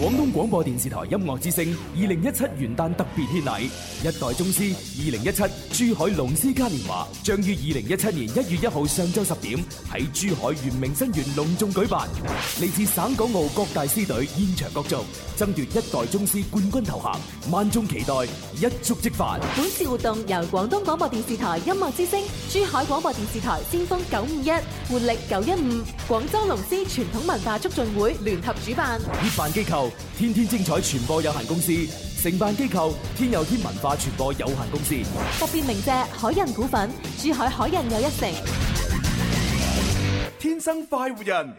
Speaker 6: 廣東廣播電視台音樂之聲二零一七元旦特別獻禮，一代宗師二零一七珠海龍獅嘉年華將於二零一七年一月一號上晝十點喺珠海圓明新園隆重舉辦，嚟自省港澳各大獅隊現場角逐，爭奪一代宗師冠軍頭銜，萬眾期待，一觸即發。
Speaker 8: 本次活動由廣東廣播電視台音樂之聲、珠海廣播電視台先鋒九五一、活力九一五、廣州龍獅傳統文化促進會聯合主辦。
Speaker 6: 協辦機構天天精彩傳播有限公司，承辦機構天有天文化傳播有限公司。
Speaker 8: 特別鳴謝海印股份、珠海海印又一城。
Speaker 3: 天生快活人，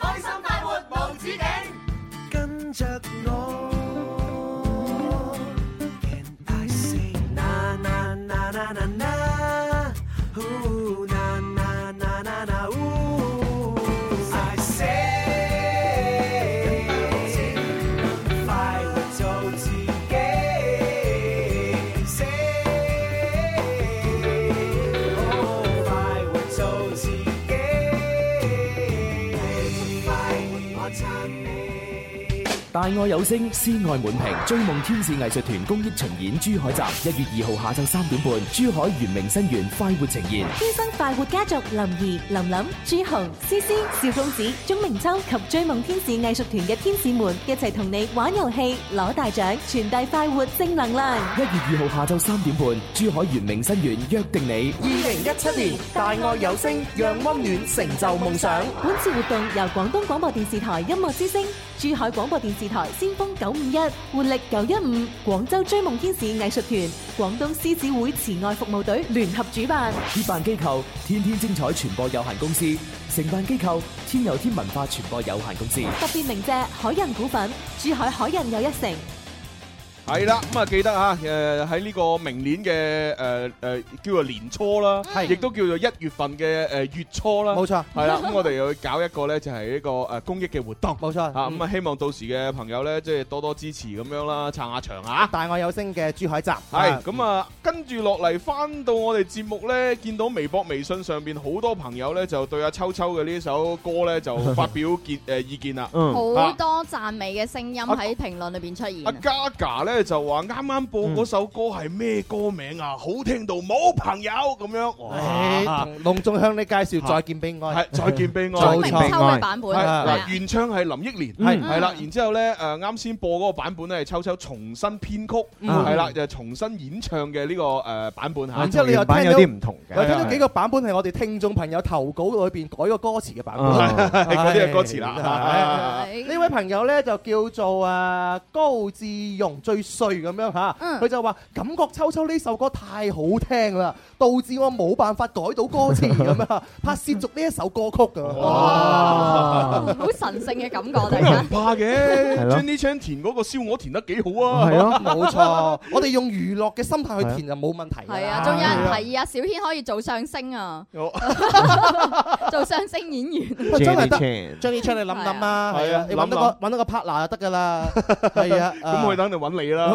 Speaker 5: 开心快活无止境，跟着我。
Speaker 3: I
Speaker 5: say na na na na na na, ooh na na na na na ooh. I say 快活做自己，say 哦快活做自己，快活我撐你。
Speaker 6: 大愛有聲，思愛滿屏。追夢天使藝術團公益巡演珠海站，一月二號下晝三點半，珠海圓明新園快活呈現。
Speaker 8: 天生快活家族林怡、林琳、朱紅、思思、邵公子、鐘明秋及追夢天使藝術團嘅天使們一齊同你玩遊戲、攞大獎、傳遞快活正能量。
Speaker 6: 一月二號下晝三點半，珠海圓明新園約定你。
Speaker 7: 二零一七年大愛有聲，讓温暖成就夢想。
Speaker 8: 本次活動由廣東廣播電視台音樂之聲、珠海廣播電視台先鋒九五一、活力九一五、廣州追夢天使藝術團、廣東獅子會慈愛服務隊聯合主辦。
Speaker 6: 協辦機構天天精彩傳播有限公司，承辦機構天有天文化傳播有限公司。
Speaker 8: 特別鳴謝海印股份、珠海海印又一城。
Speaker 9: 系啦，咁啊記得啊，誒喺呢個明年嘅誒誒叫做年初啦，亦都叫做一月份嘅誒月初啦，冇
Speaker 10: 錯
Speaker 9: 係啦，咁我哋又去搞一個咧，就係一個誒公益嘅活動，冇錯啊，咁啊希望到時嘅朋友咧，即係多多支持咁樣啦，撐下場啊！
Speaker 10: 大愛有聲嘅珠海站
Speaker 9: 系咁啊，跟住落嚟翻到我哋節目呢，見到微博、微信上邊好多朋友呢，就對阿秋秋嘅呢首歌呢，就發表見誒意見啦。
Speaker 2: 好
Speaker 9: 啊
Speaker 2: 多讚美嘅聲音喺評論裏邊出現。
Speaker 9: 阿 Gaga 咧就話啱啱播嗰首歌係咩歌名啊？好聽到冇朋友咁樣，哇！
Speaker 10: 誒隆重向你介紹《再見悲哀》，
Speaker 9: 係再見悲哀，
Speaker 10: [LAUGHS] 再見悲哀
Speaker 9: 係
Speaker 10: 係
Speaker 9: 嗱，原唱係林憶蓮，
Speaker 10: 嗯
Speaker 9: 係係啦。然之後咧，誒啱先播嗰個版本咧係秋秋重新編曲，
Speaker 10: 嗯啊
Speaker 9: 係啦，就重新演唱嘅呢個誒版本嚇。
Speaker 10: 然之後你又聽到又聽到
Speaker 9: 係
Speaker 10: 幾個版本係我哋聽眾朋友投稿裏邊改個歌詞嘅版本， [LAUGHS]
Speaker 9: 啊係嗰啲係歌詞啦
Speaker 10: 係呢位朋友咧就叫做啊高志容最衰咁樣嚇，
Speaker 2: 嗯
Speaker 10: 佢就話感覺秋秋呢首歌太好聽啦，導致我冇辦法改到歌詞
Speaker 9: [LAUGHS]
Speaker 10: 咁樣，拍攝續呢一首歌曲啊㗎。
Speaker 2: 哇好神聖嘅感覺，突然
Speaker 9: 啊咁又
Speaker 2: 間
Speaker 9: 唔。怕嘅
Speaker 10: 係咯
Speaker 9: ，Jenny Chan 填嗰個燒鵝填得幾好啊！
Speaker 10: 係咯 [LAUGHS] 冇錯 [LAUGHS] 我哋用娛樂嘅心態去填就冇問題㗎啦。
Speaker 2: 係啊，仲有人提議啊，小軒可以做相聲啊，
Speaker 9: [LAUGHS]
Speaker 2: 做相聲演員。
Speaker 10: 喂真係得
Speaker 21: Chan
Speaker 10: Jenny Chan 你諗諗啊，
Speaker 9: 係啊
Speaker 10: 係啊，你揾到
Speaker 9: 諗諗
Speaker 10: 個揾到個 partner 就得㗎啦，係啊，
Speaker 9: [LAUGHS]
Speaker 10: 啊
Speaker 9: 咁我等你揾你啦。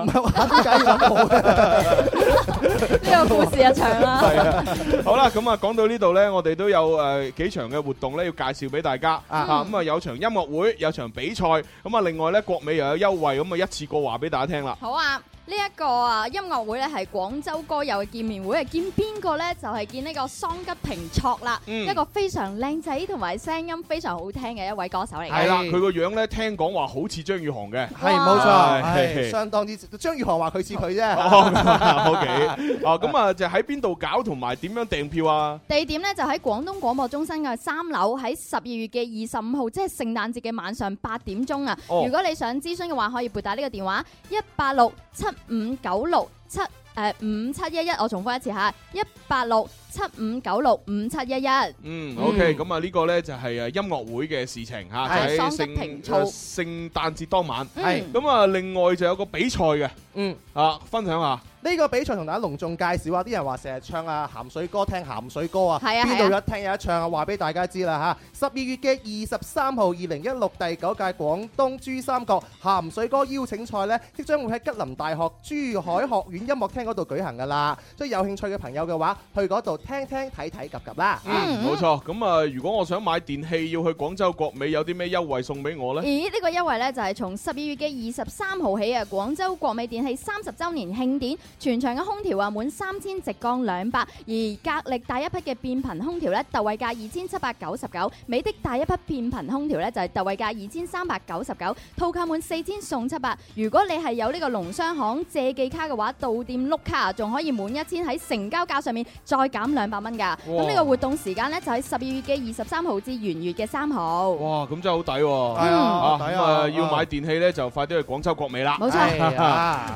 Speaker 2: 呢個故事啊長啦。
Speaker 9: 係 [LAUGHS] 啊，好啦，咁啊，講到呢度呢，我哋都有誒幾場嘅活動呢，要介紹俾大家啊。咁啊，有場音樂會，有場比賽，咁啊，另外呢，國美又有優惠，咁啊，一次過話俾大家聽啦。
Speaker 2: 好啊，呢一個啊音樂會咧係廣州歌友嘅見面會，係見邊個咧？就係、見呢個桑吉平卓啦，
Speaker 9: 嗯
Speaker 2: 一個非常靚仔同埋聲音非常好聽嘅一位歌手嚟嘅。
Speaker 9: 係啦，佢個樣咧聽講話好似張宇航嘅，
Speaker 10: 係冇錯，係哦
Speaker 9: 係
Speaker 10: 相當之張宇航話佢似佢啫。 [LAUGHS]
Speaker 9: [LAUGHS] O K，啊咁啊就喺邊度搞同埋點樣訂票啊？
Speaker 2: 地點咧就喺廣東廣播中心嘅三樓，喺十二月嘅二十五號，即係聖誕節嘅晚上八點鐘啊！
Speaker 9: 哦
Speaker 2: 如果你想諮詢嘅話，可以撥打呢個電話一八六七五九六七誒五七一一，我重複一次嚇，一八六七五九六五七一一。
Speaker 9: 嗯，OK，咁啊 Ừ, 呢個呢就係誒音樂會嘅事情嚇，
Speaker 2: 係
Speaker 9: 就喺
Speaker 2: 喪得
Speaker 9: 聖
Speaker 2: 平躁
Speaker 9: 誒聖誕節當晚。
Speaker 10: 係
Speaker 9: 咁啊，另外就有個比賽嘅，
Speaker 10: 嗯，
Speaker 9: 啊分享下。
Speaker 10: 呢個比賽同大家隆重介紹啊！啲人話成日唱啊鹹水歌，聽鹹水歌啊，
Speaker 2: 係啊
Speaker 10: 邊度有
Speaker 2: 係啊
Speaker 10: 得聽有得唱啊？話俾大家知啦嚇！十二月嘅二十三號，二零一六第九屆廣東珠三角鹹水歌邀請賽呢，即將會喺吉林大學珠海學院音樂廳嗰度舉行噶啦。所以有興趣嘅朋友嘅話，去嗰度聽聽睇睇及及啦。
Speaker 9: 嗯，冇錯。咁啊，如果我想買電器，要去廣州國美，有啲咩優惠送俾我呢？
Speaker 2: 咦？呢個優惠咧就係從十二月嘅二十三號起啊，廣州國美電器三十週年慶典，全場嘅空調啊滿三千直降兩百，而格力大一匹嘅變頻空調咧特惠價二千七百九十九，美的大一匹變頻空調咧就係特惠價二千三百九十九，套購滿四千送七百。如果你係有呢個農商行借記卡嘅話，到店碌卡啊仲可以滿一千喺成交價上面再減兩百蚊㗎。咁呢個活動時間咧就喺十二月嘅二十三號至元月嘅三號。
Speaker 9: 哇，咁真係好抵喎！
Speaker 2: 係
Speaker 9: 咁
Speaker 2: 啊
Speaker 10: 抵啊哎
Speaker 9: 啊，要買電器呢，就快啲去廣州國美啦。
Speaker 2: 冇錯係 啊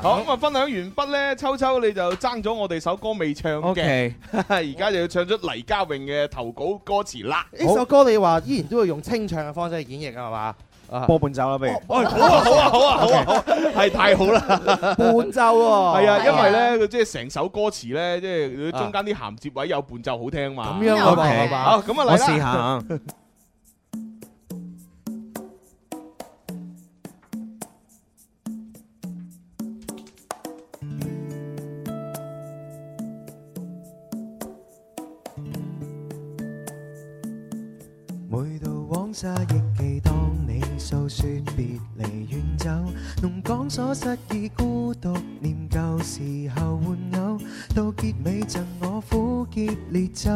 Speaker 9: [LAUGHS] 好，咁啊，分享完畢呢，秋秋你就爭咗我哋首歌未唱嘅
Speaker 24: OK，
Speaker 9: [LAUGHS] 而家就要唱出黎家榮嘅投稿歌詞啦。
Speaker 10: 呢首歌你話依然都會用清唱嘅方式去演繹啊，係哦嘛？
Speaker 24: 播伴奏啦，不如。
Speaker 9: 喂，好啊，好啊，好啊，好啊，好啊，係太好啦！
Speaker 10: 伴奏喎，哎
Speaker 9: 係啊，因為咧，佢即係成首歌詞咧，即係中間啲銜接位有伴奏好聽嘛。
Speaker 10: 咁樣啊嘛
Speaker 9: OK，Ờ,
Speaker 10: 係嘛
Speaker 9: 好，咁啊嚟啦
Speaker 24: 我試下啊。
Speaker 17: 每度往沙憶記，當你訴説別離遠走，弄港所失意孤獨念舊時候玩偶，到結尾贈我苦澀烈酒，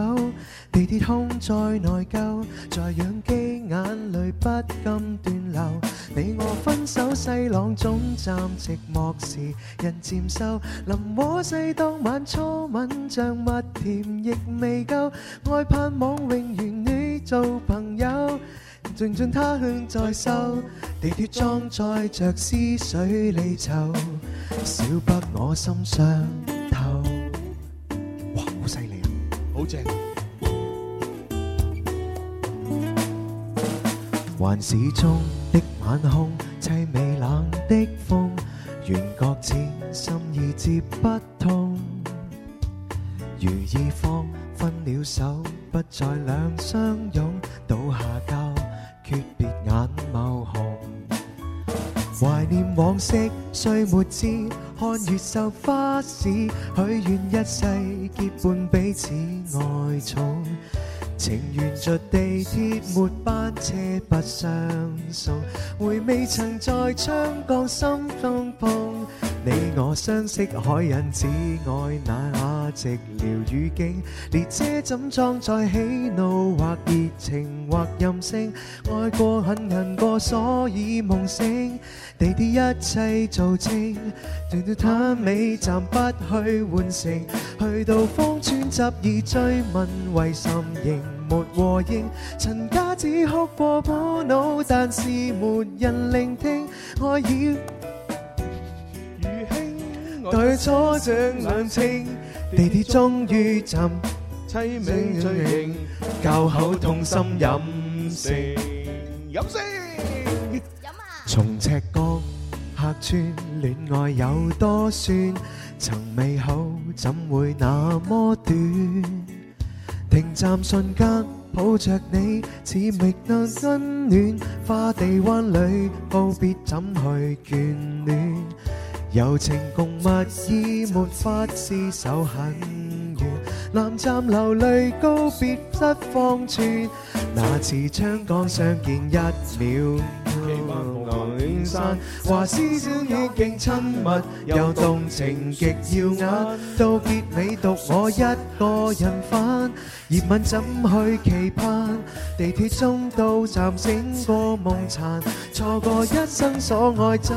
Speaker 17: 地鐵空再內疚，在氧機眼淚不禁斷流，你我分手西朗總站寂寞時人漸瘦，臨和西當晚初吻像蜜甜亦未夠，愛盼望永遠你做朋友。盡盡他鄉再收，地鐵裝載着思緒離愁，少不我心上頭。哇，好犀利啊！
Speaker 9: 好正。
Speaker 17: 還是中的晚空，凄美冷的風，圓覺似心意接不通。如意坊分了手，不再兩相擁，倒下交，訣別眼眸紅。懷念往昔，歲末知看月秀花市，許願一世結伴彼此愛寵。情緣着地鐵末班車不相送，回味曾在窗角心中碰。你我相識海印，只愛那雅寂寥語境。列車怎裝載喜怒或熱情或任性？愛過恨恨過，所以夢醒。地鐵一切做清，直到坦尾站不去換乘，去到芳村執意追問為甚仍沒和應。陳家只哭過苦惱，但是沒人聆聽，愛已。對初掌兩清，地鐵終於站，
Speaker 9: 凄
Speaker 17: 美
Speaker 9: 醉形，
Speaker 17: 教口痛心飲勝。
Speaker 9: 飲先。
Speaker 17: 從赤角客村，戀愛有多酸？曾美好，怎會那麼短？停站瞬間抱着你，似覓得溫暖。花地灣裏告別，怎去眷戀？柔情共蜜意，沒法厮守很遠。南站流淚告別，失方寸。那次窗港相見一秒。
Speaker 12: 散，話思小已勁親密，又動情極耀眼，到結尾獨我一個人返，熱吻怎去期盼？地鐵中到站醒過夢殘，錯過一生所愛真。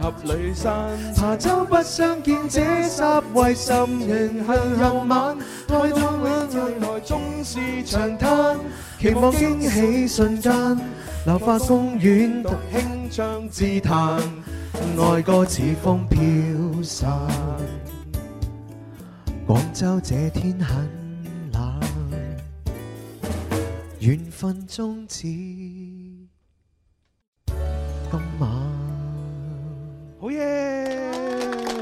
Speaker 1: 合里山。
Speaker 12: 琶洲不相見，這十為甚緣恨又晚，愛到永遠來終是長嘆，期望驚喜瞬間，流花公園獨輕唱自彈，愛歌似風飄散。廣州這天很冷，緣分終止，今晚。
Speaker 9: 好嘢！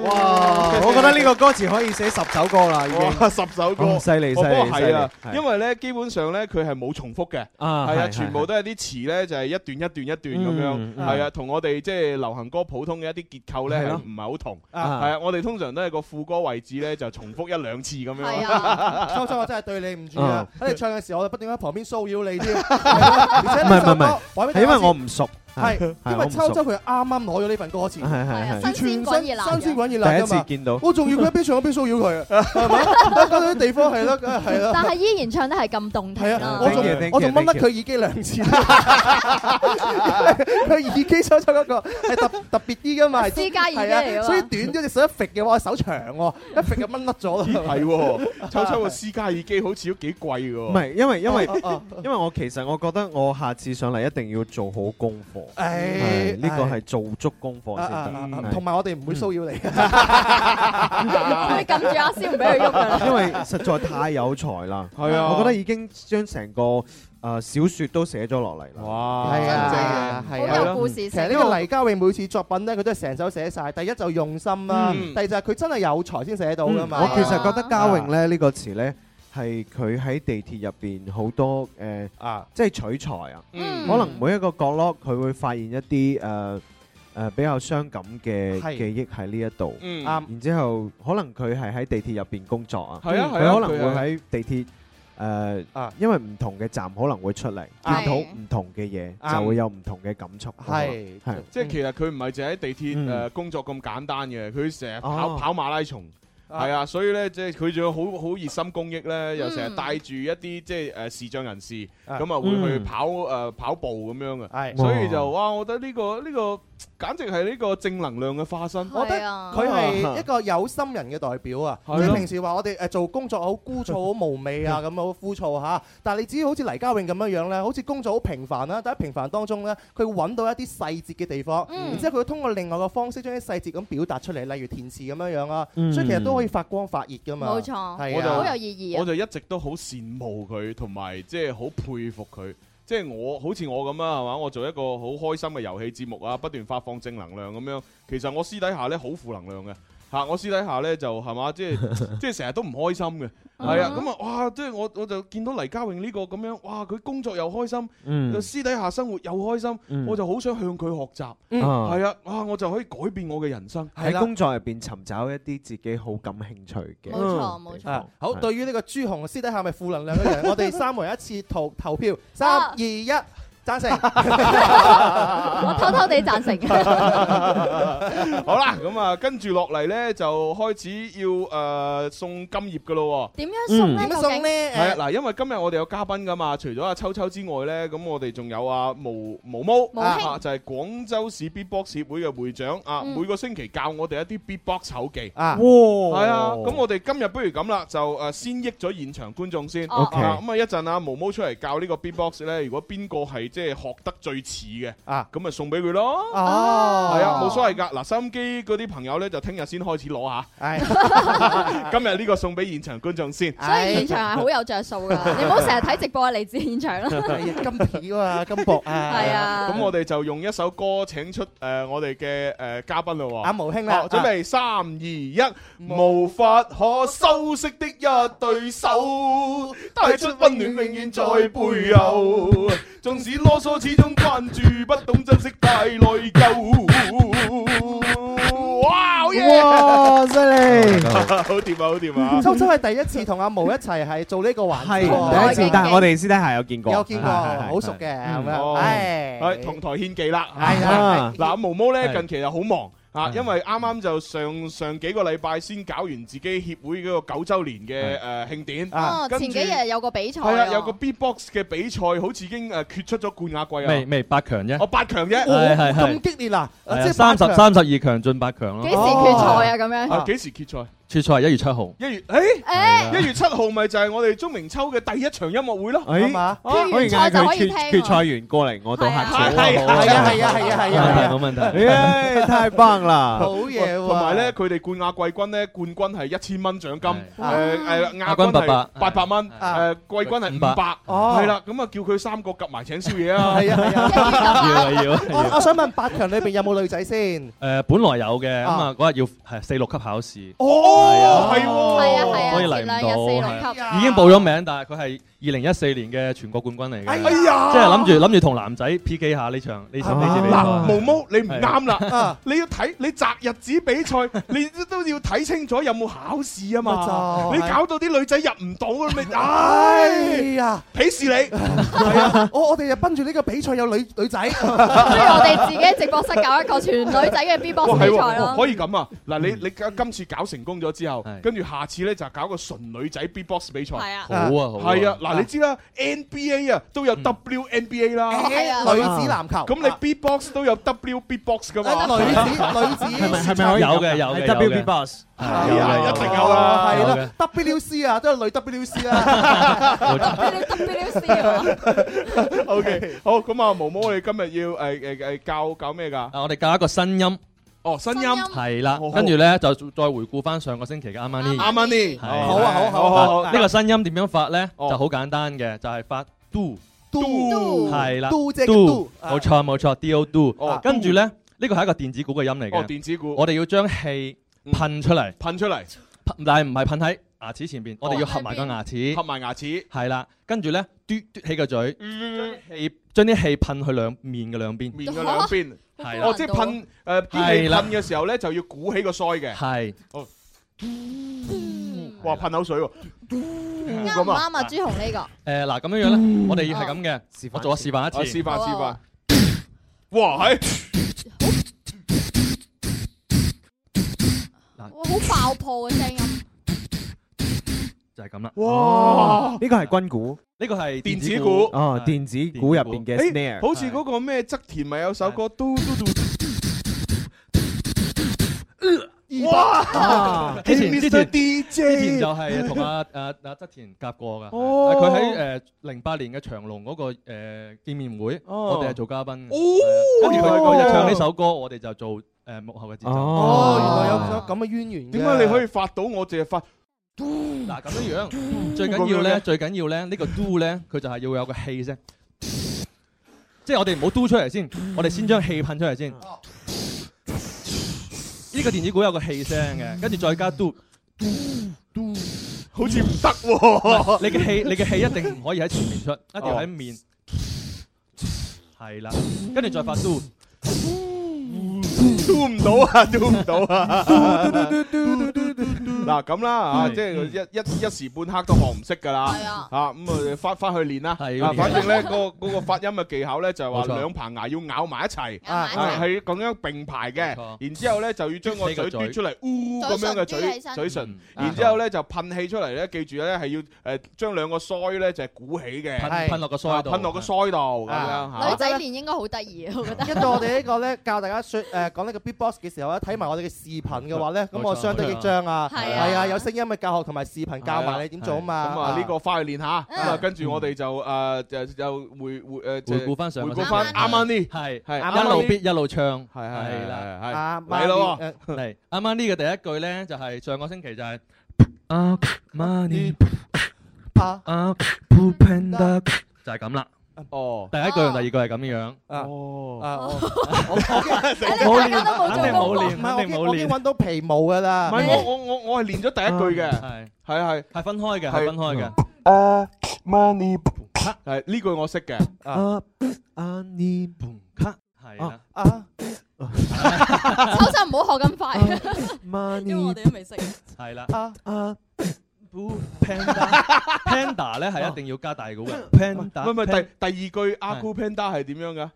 Speaker 21: 哇
Speaker 9: 哇
Speaker 21: 哦我覺得呢個歌詞可以寫十首歌啦，已經
Speaker 9: 哇，十首歌，
Speaker 21: 哦犀利
Speaker 9: 哦
Speaker 21: 犀利
Speaker 9: 不過係啊
Speaker 21: 犀，利係
Speaker 9: 因為咧基本上咧佢係冇重複嘅，
Speaker 21: 啊
Speaker 9: 係啊，
Speaker 21: 係
Speaker 9: 全
Speaker 21: 係
Speaker 9: 部都係啲詞咧就係一段一段一段咁
Speaker 21: 嗯
Speaker 9: 樣，
Speaker 21: 嗯
Speaker 9: 係啊，同我哋即係流行歌普通嘅一啲結構咧
Speaker 21: 係
Speaker 9: 係
Speaker 21: 咯
Speaker 9: 唔係好同，係
Speaker 21: 啊
Speaker 9: 啊，我哋通常都係個副歌位置咧就重複一兩次咁
Speaker 21: [LAUGHS]
Speaker 10: 係
Speaker 9: 樣
Speaker 10: 啊，。秋秋我真係對你唔住啊！喺你唱嘅時候，我就不斷喺旁邊騷擾
Speaker 21: [LAUGHS]
Speaker 10: 你添。
Speaker 21: 唔
Speaker 10: 而且
Speaker 21: 係
Speaker 10: 呢
Speaker 21: 唔係唔
Speaker 10: 首歌，
Speaker 21: 係，係因為我唔熟，
Speaker 10: 係因為秋
Speaker 21: 佢
Speaker 10: 秋佢係啱啱攞咗呢份歌詞，
Speaker 21: 係係係
Speaker 10: 佢全身新鮮滾熱辣㗎嘛
Speaker 21: 第一次見到
Speaker 10: 我仲要佢一邊唱一邊騷擾
Speaker 21: [LAUGHS]
Speaker 10: 佢啊，係咪？搞到啲地方係咯，係咯。
Speaker 2: 但係依然唱得係咁動聽
Speaker 10: 係
Speaker 2: 啦
Speaker 10: 啊，我仲
Speaker 21: Thank you，
Speaker 10: 我仲掹
Speaker 21: thank
Speaker 10: 甩
Speaker 21: you，thank
Speaker 10: 佢
Speaker 21: you
Speaker 10: 耳機兩次， [LAUGHS] 佢耳機收出嗰個係特特別啲噶嘛，係
Speaker 2: 私家耳機嚟㗎嘛
Speaker 10: 係啊所以短咗隻手一揈嘅話，我手長喎，一揈就掹甩咗啦。
Speaker 9: 係喎，秋秋個私家耳機好似都幾貴㗎。
Speaker 21: 唔係，因為因為
Speaker 9: 哦
Speaker 21: 因為我其實我覺得我下次上嚟一定要做好功課，係呢個係做足功課先
Speaker 10: 啊啊啊
Speaker 21: 得，嗯
Speaker 10: 同埋我哋唔會騷擾你。 [LAUGHS]
Speaker 2: 你撳住阿蕭唔俾佢
Speaker 10: 啊
Speaker 2: 喐㗎啦。
Speaker 21: 因為實在太有才啦，
Speaker 9: 係啊
Speaker 21: 我覺得已經將成個誒小説都寫咗落嚟啦，
Speaker 9: 哇
Speaker 10: 係啊，係啊，其實呢個黎家榮每次作品咧，佢都係成首寫晒。第一就用心啦，
Speaker 21: 嗯
Speaker 10: 第二就係佢真係有才先寫到噶嘛。
Speaker 21: 我其實覺得嘉穎咧呢個詞咧係佢喺地鐵入邊好多誒
Speaker 9: 啊，
Speaker 21: 即係取材啊，
Speaker 10: 嗯
Speaker 21: 可能每一個角落佢會發現一啲誒誒比較傷感嘅
Speaker 10: 係
Speaker 21: 記憶喺呢一度，
Speaker 10: 嗯啱
Speaker 21: 然之後可能佢係喺地鐵入邊工作啊，
Speaker 10: 係啊係啊
Speaker 21: 佢可
Speaker 10: 佢
Speaker 21: 能
Speaker 10: 係
Speaker 21: 會喺地鐵。誒，因為唔同嘅站可能會出嚟，
Speaker 9: 啱
Speaker 21: 見到唔同嘅嘢，
Speaker 9: 啱
Speaker 21: 就會有唔同嘅感觸。
Speaker 9: 係嗯
Speaker 21: 係
Speaker 9: 即係其實佢唔係淨喺地鐵
Speaker 21: 嗯
Speaker 9: 誒工作咁簡單嘅，佢成日跑
Speaker 21: 哦
Speaker 9: 跑馬拉松。係啊，所以咧，即係佢仲要好好熱心公益咧，又成日帶住一啲即係誒視障人士，咁啊會去
Speaker 21: 嗯
Speaker 9: 跑誒跑步咁樣嘅，
Speaker 10: 係
Speaker 9: 所以就哇，我覺得呢個呢個簡直係呢個正能量嘅化身。
Speaker 10: 我覺得
Speaker 9: 啊
Speaker 2: 啊
Speaker 10: 佢
Speaker 21: 啊
Speaker 9: [LAUGHS]
Speaker 10: 係一個有心人嘅代表啊！即
Speaker 9: 係咯嗯
Speaker 10: 係平時話我哋誒做工作好枯燥、好無味啊，咁好枯燥嚇。但係你只要好似黎家穎咁樣樣咧，好似工作好平凡啊啦，但係平凡當中咧，佢會揾到一啲細節嘅地方，
Speaker 2: 嗯
Speaker 10: 然之後佢會通過另外嘅方式將啲細節咁表達出嚟，例如填詞咁樣樣啊。
Speaker 9: 嗯
Speaker 10: 所以其實都可以發光發熱噶嘛。
Speaker 2: 冇錯
Speaker 10: 係
Speaker 9: 我就
Speaker 10: 啊，
Speaker 9: 我就一直都好羨慕佢，同埋即係好佩服佢。即係我好似我咁啊，係嘛？我做一個好開心嘅遊戲節目啊，不斷發放正能量咁樣。其實我私底下呢，好負能量嘅。嚇！我私底下呢，就係嘛，即係即係成日都唔開心嘅，係
Speaker 21: 嗯
Speaker 9: 啊咁啊哇！即係我我就見到黎家榮呢個咁樣，哇！佢工作又開心，
Speaker 21: 嗯
Speaker 9: 又私底下生活又開心，
Speaker 21: 嗯
Speaker 9: 我就好想向佢學習，
Speaker 21: 嗯啊
Speaker 9: 係啊！哇！我就可以改變我嘅人生，
Speaker 21: 喺工作入邊尋找一啲自己好感興趣嘅。
Speaker 10: 冇錯。好，對於呢個朱紅私底下咪負能量嘅人，我哋三個人一次
Speaker 2: [LAUGHS]
Speaker 10: 投投票，三
Speaker 2: 啊
Speaker 10: 二一，贊成。
Speaker 2: 我偷偷地贊成。 [LAUGHS]
Speaker 9: [LAUGHS] 好啦，咁啊，跟住落嚟咧就開始要誒、呃送金葉噶咯喎。
Speaker 2: 點樣送呢？
Speaker 10: 嗯
Speaker 2: 究竟
Speaker 10: 點樣送呢
Speaker 9: 係啊，嗱，因為今日我哋有嘉賓噶嘛，除咗阿秋秋之外咧，咁我哋仲有阿毛毛毛
Speaker 2: 毛兄
Speaker 9: 啊，就係廣州市 Beatbox 協會嘅會長啊，
Speaker 2: 嗯
Speaker 9: 每個星期教我哋一啲 Beatbox 口技
Speaker 10: 啊
Speaker 21: 哇
Speaker 9: 係啊，咁我哋今日不如咁啦，就誒先益咗現場觀眾先
Speaker 2: 哦
Speaker 21: OK
Speaker 9: 啊咁啊一陣阿毛毛出嚟教呢個 Beatbox 咧，如果邊個係即係學得最似嘅
Speaker 10: 啊，
Speaker 9: 咁咪送俾佢咯，
Speaker 10: 哦
Speaker 9: 係啊，冇所謂㗎，嗱，收音機嗰啲朋友咧就聽日先開始攞吓， [LAUGHS] 今日呢個送俾現場觀眾先，
Speaker 2: 所以現場係好有着數
Speaker 9: [LAUGHS]
Speaker 2: 㗎，你唔好成日睇直播啊嚟自現場啦。
Speaker 10: 金片啊，金箔啊，
Speaker 2: 係啊
Speaker 9: 咁我哋就用一首歌請出誒我哋嘅誒嘉賓咯喎，Ờ,
Speaker 10: 阿毛兄啦
Speaker 9: 好準備三二一，無法可修飾的一對手，帶出温暖永遠在背後，縱使囉嗦始終關注，不懂珍惜太內疚。哇，好嘢！
Speaker 21: 哇，犀利！
Speaker 9: [LAUGHS] [LAUGHS] 好掂啊，好掂啊！
Speaker 10: 秋秋係第一次同阿毛一齊係做呢個環節
Speaker 21: 係
Speaker 10: 喎，
Speaker 21: 第一次，但係我哋私底下有見過，
Speaker 10: 有見過，
Speaker 21: 係係
Speaker 10: 好熟嘅咁樣。
Speaker 9: 哦
Speaker 10: 唉，
Speaker 9: 係同台獻技啦，
Speaker 10: 係啦
Speaker 9: 嗱，毛毛咧
Speaker 10: 係
Speaker 9: 近期就好忙。啊，
Speaker 10: 係
Speaker 9: 因為啱啱就上上幾個禮拜先搞完自己協會嗰個九週年嘅誒慶典，
Speaker 2: 哦，
Speaker 9: 啊跟住
Speaker 2: 前幾日有個比賽
Speaker 9: 係啊，
Speaker 2: 喎
Speaker 9: 有個 B-box 嘅比賽，好似已經誒決出咗冠亞季啊，
Speaker 14: 未未八強啫，
Speaker 9: 我八強啫，
Speaker 14: 係係係
Speaker 10: 咁激烈啊！
Speaker 14: 係啊
Speaker 10: 即係八
Speaker 14: 三
Speaker 10: 強
Speaker 14: 十三十二強進八強咯。
Speaker 9: 幾時決賽啊咁樣啊幾時決賽？
Speaker 14: 決賽係一月七號。
Speaker 9: 一月，誒，一月七號咪就係我哋鐘明秋嘅第一場音樂會咯，
Speaker 21: 誒
Speaker 9: 係嘛？
Speaker 21: 可以嗌佢決決賽完過嚟我度客座啊
Speaker 9: 係啊
Speaker 21: 好
Speaker 9: 係啊係啊係啊係啊係啊
Speaker 21: 冇問題冇問題。誒，太棒啦！
Speaker 10: 好嘢喎
Speaker 9: 同埋咧，佢哋冠亞季軍咧，冠軍係一千蚊獎金，誒
Speaker 21: 哇
Speaker 9: 誒亞
Speaker 14: 亞軍
Speaker 9: 軍
Speaker 14: 八
Speaker 9: 係
Speaker 14: 百
Speaker 9: 八百蚊，
Speaker 21: 啊
Speaker 9: 誒季軍係五百，
Speaker 10: 哦
Speaker 9: 係啦，咁啊叫佢三個夾埋請宵夜啊，
Speaker 10: 係啊係
Speaker 14: 啊要啊要啊
Speaker 10: 我我想問八強裏邊有冇女仔先？
Speaker 14: 誒，本來有嘅，咁
Speaker 10: 啊
Speaker 14: 啊嗰日要係四六級考試，
Speaker 9: 哦，係喎，
Speaker 14: 係
Speaker 2: 啊係啊
Speaker 14: 所以嚟
Speaker 2: 前
Speaker 14: 唔
Speaker 2: 兩日
Speaker 14: 到
Speaker 2: 四六
Speaker 14: 係
Speaker 2: 級
Speaker 14: 啊，已經報咗名，但係佢係二零一四年嘅全國冠軍嚟嘅，
Speaker 9: 哎呀
Speaker 14: 即係諗住諗住同男仔 PK 下呢場呢場呢次比賽。
Speaker 21: 啊
Speaker 9: 嗱，毛毛你唔
Speaker 14: 係
Speaker 9: 啱啦，你要睇你擇日子比賽，你都要睇清楚有冇考試啊嘛，
Speaker 10: 咪
Speaker 9: 你
Speaker 10: 就係
Speaker 9: 搞到啲女仔入唔到咁咪，唉
Speaker 10: 哎呀，啊
Speaker 9: 鄙視你。
Speaker 10: 我我哋就奔住呢個比賽有女女仔，不如
Speaker 2: 不如我哋自己喺直播室搞一個全女仔
Speaker 9: [LAUGHS]
Speaker 2: 嘅 B-box
Speaker 9: 哇
Speaker 2: 比
Speaker 9: 係
Speaker 2: 賽
Speaker 9: 喎，
Speaker 2: 咯。
Speaker 9: 可以咁啊！嗱，你你今今次搞成功咗之後，跟住下次咧就搞個純女仔 B-box 比賽。
Speaker 2: 係啊
Speaker 14: 好啊好啊
Speaker 9: 係啊！嗱，你知啦，NBA 啊都有 WNBA 啦，
Speaker 10: 係啊女子籃球
Speaker 9: 咁你 B-box 都有 WB-box 噶嘛？
Speaker 10: 女
Speaker 9: [LAUGHS]
Speaker 10: 子女子
Speaker 14: 係咪係咪可以
Speaker 9: 有嘅
Speaker 14: 有嘅
Speaker 9: 有嘅
Speaker 14: WB Boss
Speaker 9: 係啊，一定有啦，
Speaker 10: 係
Speaker 14: 有
Speaker 10: 啦
Speaker 14: 嘅
Speaker 10: ，WC 啊，都係女啊 WC 啦。
Speaker 2: 啊
Speaker 10: [LAUGHS]
Speaker 21: [LAUGHS]
Speaker 2: [LAUGHS]
Speaker 9: O K，好咁啊，毛毛，我哋今日要誒誒誒教搞咩㗎？
Speaker 14: 啊，我哋教一個新音。
Speaker 9: 哦，新音
Speaker 14: 係啦
Speaker 9: 哦好，
Speaker 14: 跟住咧就再回顧翻上個星期嘅啱啱呢，
Speaker 9: 啱啱呢
Speaker 14: 係
Speaker 9: 好啊好啊好啊
Speaker 14: 係
Speaker 9: 好啊哦
Speaker 14: 呢個新音點樣發咧？就好簡單嘅，就係發 do
Speaker 10: do
Speaker 14: 係啦
Speaker 10: do 即係個 do，
Speaker 9: 啊
Speaker 14: 冇錯冇錯，do do。跟住咧，
Speaker 9: do
Speaker 14: 呢個係一個電子鼓嘅音嚟嘅。
Speaker 9: 哦電子鼓嗯
Speaker 14: 我哋要將氣噴出嚟，
Speaker 9: 噴出嚟，哦
Speaker 14: 但係唔係噴喺牙齒前邊，我哋要合埋個牙齒，合
Speaker 9: 埋牙齒。
Speaker 14: 係啦，跟住咧，嘟嘟起個嘴，
Speaker 9: 嗯
Speaker 14: 氣將啲氣噴去兩面嘅兩邊，
Speaker 9: 面嘅兩邊，
Speaker 14: 係啦
Speaker 9: 哦，即係噴誒啲氣
Speaker 14: 係啦
Speaker 9: 噴嘅時候咧，就要鼓起個腮嘅。
Speaker 14: 係。
Speaker 9: 哦，哇！噴口水喎，
Speaker 2: 啱唔
Speaker 9: 咁
Speaker 2: 啱啊？朱紅呢個？
Speaker 14: 誒嗱咁樣樣咧，我哋係咁嘅，我做我示範一
Speaker 9: 啊
Speaker 14: 次，
Speaker 9: 示範
Speaker 2: 好啊
Speaker 9: 示
Speaker 2: 好
Speaker 9: 範
Speaker 2: 啊。
Speaker 9: 哇！係
Speaker 2: 哇，好爆破嘅聲
Speaker 9: [LAUGHS]
Speaker 2: 音，
Speaker 14: 就係咁啦。
Speaker 21: 哇！呢個係軍鼓，
Speaker 14: 呢個係
Speaker 9: 電子鼓
Speaker 21: 哦，電子鼓入邊嘅
Speaker 9: 誒
Speaker 21: snare，
Speaker 9: 好似嗰個咩側田咪有首歌嘟嘟嘟。哇！
Speaker 14: 之前
Speaker 9: Hey,
Speaker 14: 之前
Speaker 9: Mr. DJ
Speaker 14: 之前就係同阿阿阿側田夾過㗎，
Speaker 9: 哦
Speaker 14: 佢喺誒零八年嘅長隆嗰個誒見面會，
Speaker 9: 哦
Speaker 14: 我哋係做嘉賓嘅，
Speaker 9: 哦
Speaker 14: 跟住佢佢就唱呢首歌，我哋就做誒幕後嘅節奏。
Speaker 10: 哦，原來有咁嘅淵源嘅。
Speaker 9: 點解你可以發到我淨係發？
Speaker 14: 嗱咁樣樣，最緊要
Speaker 9: 咁樣
Speaker 14: 咧，
Speaker 9: 嘅
Speaker 14: 最緊要咧，呢個 do 咧，佢就係要有個氣啫。即係我哋唔好 do 出嚟先，我哋先將氣噴出嚟先。呢個電子鼓有個氣聲嘅，跟住再加 do。
Speaker 9: 好似唔得
Speaker 14: 唔
Speaker 9: 喎！
Speaker 14: 係你嘅氣，你嘅氣一定唔可以喺前面出，一定要喺面。係啦，跟住再發 do。
Speaker 9: 嘟唔到啊，嘟唔到啊！嗱咁啦啊，即係一一一時半刻都學唔識㗎啦。啊，咁啊翻翻去練啦。
Speaker 14: 係
Speaker 9: 啊，
Speaker 14: 要練
Speaker 9: 反正咧嗰個嗰個發音嘅技巧咧就係話
Speaker 14: 冇錯
Speaker 9: 兩棚牙要咬埋一齊，
Speaker 14: 咬埋一齊
Speaker 9: 啊係咁樣並排嘅。然之後咧就要將個嘴嘟出嚟，
Speaker 14: 嘴
Speaker 9: 呜咁樣嘅
Speaker 14: 嘟起
Speaker 9: 嘴
Speaker 14: 身
Speaker 9: 嘴唇。
Speaker 14: 嗯
Speaker 9: 然之後咧就噴氣出嚟咧，記住咧係要誒將兩個腮咧就係鼓起嘅，
Speaker 14: 噴噴落個腮度
Speaker 9: 啊噴落個腮度咁
Speaker 10: 啊
Speaker 9: 樣嚇。
Speaker 2: 女仔練應該好得意啊，我覺得。
Speaker 10: 跟住我哋呢個咧教大家説誒講呢個 beatbox 嘅時候咧，睇埋我哋嘅視頻嘅話咧，咁我相得益彰啊，
Speaker 9: 係啊
Speaker 10: 係啊，有聲音嘅教學同埋視頻教埋你點做啊嘛。
Speaker 9: 咁啊呢個翻去練下，咁啊跟住我哋就誒就就回回誒
Speaker 14: 回顧返上個
Speaker 9: 回顧翻
Speaker 14: 星期
Speaker 9: 啱啱呢，
Speaker 14: 係
Speaker 9: 係
Speaker 14: 一路 beat 一路唱，
Speaker 9: 係係係
Speaker 14: 係
Speaker 9: 係
Speaker 14: 啦
Speaker 9: 係，嚟咯喎
Speaker 14: 嚟啱啱呢個第一句咧，就係上個星期就係
Speaker 11: Money
Speaker 10: 啊
Speaker 17: 아,
Speaker 14: 啊 p Panda 就係咁啦。
Speaker 9: 哦，
Speaker 14: 第一句同第二句係咁樣。
Speaker 9: 哦，
Speaker 14: [LAUGHS] 啊
Speaker 20: 啊
Speaker 14: 冇練，肯定冇練，肯定冇
Speaker 10: 我已經
Speaker 14: 練。
Speaker 10: 揾到皮毛㗎啦。
Speaker 9: 唔係我我我我係練咗第一句嘅，係係係
Speaker 14: 係分開嘅，
Speaker 9: 係
Speaker 14: 係分開嘅。
Speaker 9: 誒 money 係呢句我識嘅，
Speaker 17: 아.
Speaker 21: 啊啊你唔卡
Speaker 14: 係啦
Speaker 21: 啊
Speaker 2: 秋生唔好學咁快，
Speaker 21: Money
Speaker 2: 因為我哋都未識。
Speaker 14: 係啦。
Speaker 10: 啊
Speaker 21: 啊
Speaker 14: Panda 咧係一定要加大鼓嘅。Panda，
Speaker 9: 唔係唔係，第第二句阿 Cool Panda 係點樣噶？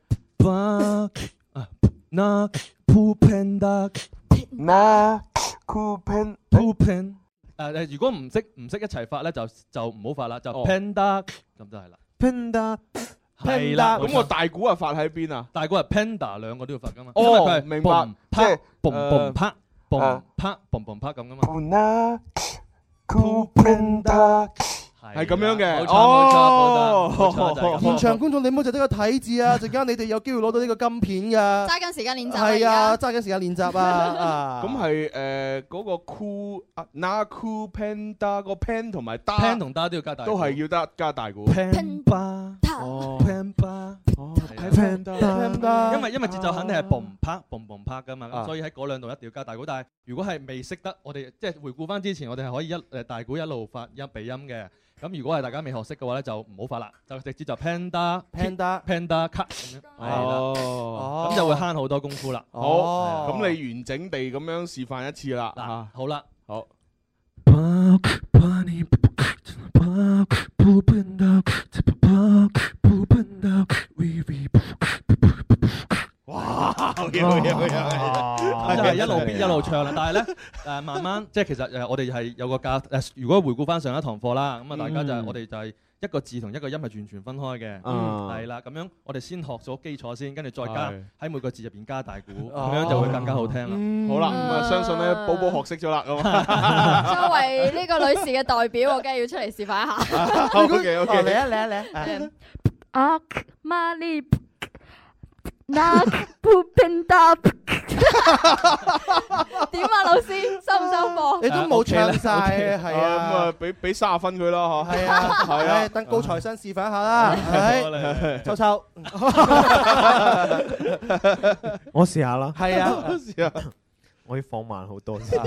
Speaker 14: 那 Poo Panda，
Speaker 21: 那 Cool Pan
Speaker 14: Poo Pan。誒誒，如果唔識唔識一齊發咧，就就唔好發啦，就 Panda 咁就係啦。
Speaker 21: Panda
Speaker 14: 係啦，
Speaker 9: 咁我大鼓啊發喺邊啊？
Speaker 14: 大鼓係 Panda 兩個都要發噶嘛。因為佢
Speaker 9: 哦，
Speaker 14: 係
Speaker 9: 明
Speaker 14: boom
Speaker 9: 白，
Speaker 14: 啪
Speaker 9: 係
Speaker 14: boom
Speaker 9: 誒
Speaker 14: boom 啪 boom
Speaker 9: 啊
Speaker 14: 啪 boom boom 啪咁噶嘛。
Speaker 21: Panda Cool Panda
Speaker 9: 係咁樣嘅。
Speaker 14: 冇錯冇錯
Speaker 9: 哦
Speaker 14: 冇錯就係咁
Speaker 10: 現場觀眾你唔好就得個睇字啊！陣間你哋有機會攞到呢個金片㗎。
Speaker 20: 揸緊時間練習啊
Speaker 10: 係
Speaker 20: 而
Speaker 10: 啊，
Speaker 20: 家
Speaker 10: 揸緊時間練
Speaker 9: [LAUGHS]
Speaker 10: 習啊！啊
Speaker 9: 咁係誒嗰個 cool 啊，na cool panda 個 pan 同埋 da
Speaker 14: Pan 同 da 都要加大鼓
Speaker 9: 都係要得加大鼓。
Speaker 14: Pan ba，
Speaker 9: 哦
Speaker 14: ，Pan ba，
Speaker 9: 哦
Speaker 14: 係
Speaker 9: Panda，Panda
Speaker 14: 因為因為節奏肯定係 boom 啪 boom boom 啪噶嘛，
Speaker 9: 啊
Speaker 14: 咁所以喺嗰兩度一定要加大鼓。但係如果係未識得，我哋即係回顧翻之前，我哋係可以一誒大鼓一路發音鼻音嘅。咁如果係大家未學識嘅話咧，就唔好發啦，就直接就 Panda
Speaker 10: Panda
Speaker 14: Panda Ờ. cut 咁樣，係
Speaker 9: 哦 Ờ.
Speaker 14: 啦，咁就會慳好多功夫啦。
Speaker 10: 哦
Speaker 14: 啊
Speaker 9: 好，咁你完整地咁樣示範一次啦。嗱，
Speaker 14: 好啦，
Speaker 9: 好。哇！好嘢好嘢好嘢好嘢
Speaker 14: 哦就係一路邊一路唱啦。但係咧，誒慢慢 [LAUGHS] 即係其實誒我哋係有個教誒，如果回顧翻上一堂課啦，咁啊大家就係
Speaker 21: 嗯
Speaker 14: 我哋就係一個字同一個音係完全分開嘅，
Speaker 21: 嗯
Speaker 14: 係啦。咁樣我哋先學咗基礎先，跟住再加
Speaker 9: 啊係
Speaker 14: 喺每個字入邊加大鼓，
Speaker 9: 哦
Speaker 14: 咁樣就會更加好聽啦。
Speaker 9: 好啦，咁啊，相信咧，寶寶學識咗啦，咁啊
Speaker 14: [LAUGHS]
Speaker 20: 作
Speaker 9: [LAUGHS]
Speaker 2: [LAUGHS]
Speaker 20: 為呢個女士嘅代表，我梗係要出嚟示範一下。
Speaker 9: [LAUGHS] 啊。OK
Speaker 10: 哦
Speaker 9: OK，
Speaker 10: 嚟啊嚟啊嚟
Speaker 9: À,
Speaker 10: 啊！
Speaker 20: 嗯啊玛丽，那不平
Speaker 2: [LAUGHS]
Speaker 20: 达。點啊，老師收唔收貨？
Speaker 10: 你都冇
Speaker 14: 啊
Speaker 10: 唱晒，係
Speaker 9: 咁
Speaker 10: 啊
Speaker 9: 啊，，俾俾卅分佢啦，嗬。
Speaker 10: 係啊，
Speaker 9: [LAUGHS] 係
Speaker 10: 唉
Speaker 9: 啊，
Speaker 10: 等高材生示範一下啦，係，秋秋，
Speaker 21: [LAUGHS] 我試下啦。
Speaker 10: 係啊
Speaker 9: 試下。
Speaker 21: 我要放慢好多
Speaker 9: [LAUGHS]
Speaker 21: 先。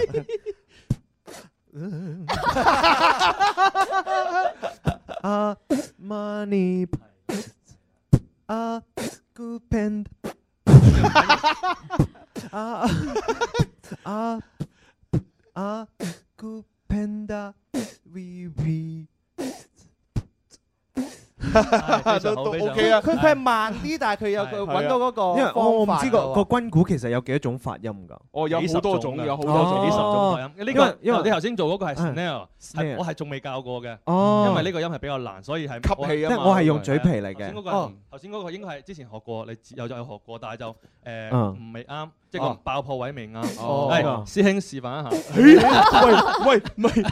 Speaker 21: 啊，money 啊，good pen 啊啊啊，good panda we we
Speaker 10: 都都 OK
Speaker 17: à.
Speaker 10: 啊，佢佢係慢啲，但係佢有佢揾
Speaker 21: à.
Speaker 10: 到嗰個
Speaker 21: 因為我我唔
Speaker 10: 方法
Speaker 21: 知
Speaker 10: 㗎
Speaker 21: 個
Speaker 10: 喎
Speaker 21: 個軍鼓其實有幾多種發音㗎。
Speaker 9: 哦，有好多種，有好多
Speaker 21: 哦
Speaker 9: 種，
Speaker 21: 幾十種啊
Speaker 14: 呢
Speaker 21: 因為
Speaker 14: 個因
Speaker 21: 因
Speaker 14: 為
Speaker 21: 為
Speaker 14: 你頭先做嗰個係
Speaker 21: 嗯
Speaker 14: snare，係
Speaker 21: snare
Speaker 14: 我係仲未教過嘅，
Speaker 21: 哦
Speaker 14: 因為呢個音係比較難，所以係
Speaker 21: 吸氣啊嘛即係我係用嘴皮嚟嘅
Speaker 14: 頭先嗰個
Speaker 21: 哦
Speaker 14: 係頭先嗰個應該係之前學過，你有有學過，但係就誒
Speaker 21: 嗯
Speaker 14: 唔未啱，即係個
Speaker 21: 哦
Speaker 14: 爆破位
Speaker 9: 啊
Speaker 14: 未啱。
Speaker 21: 哦
Speaker 14: 係師兄
Speaker 21: [LAUGHS]
Speaker 14: 示範一下。
Speaker 9: 咦喂喂，唔係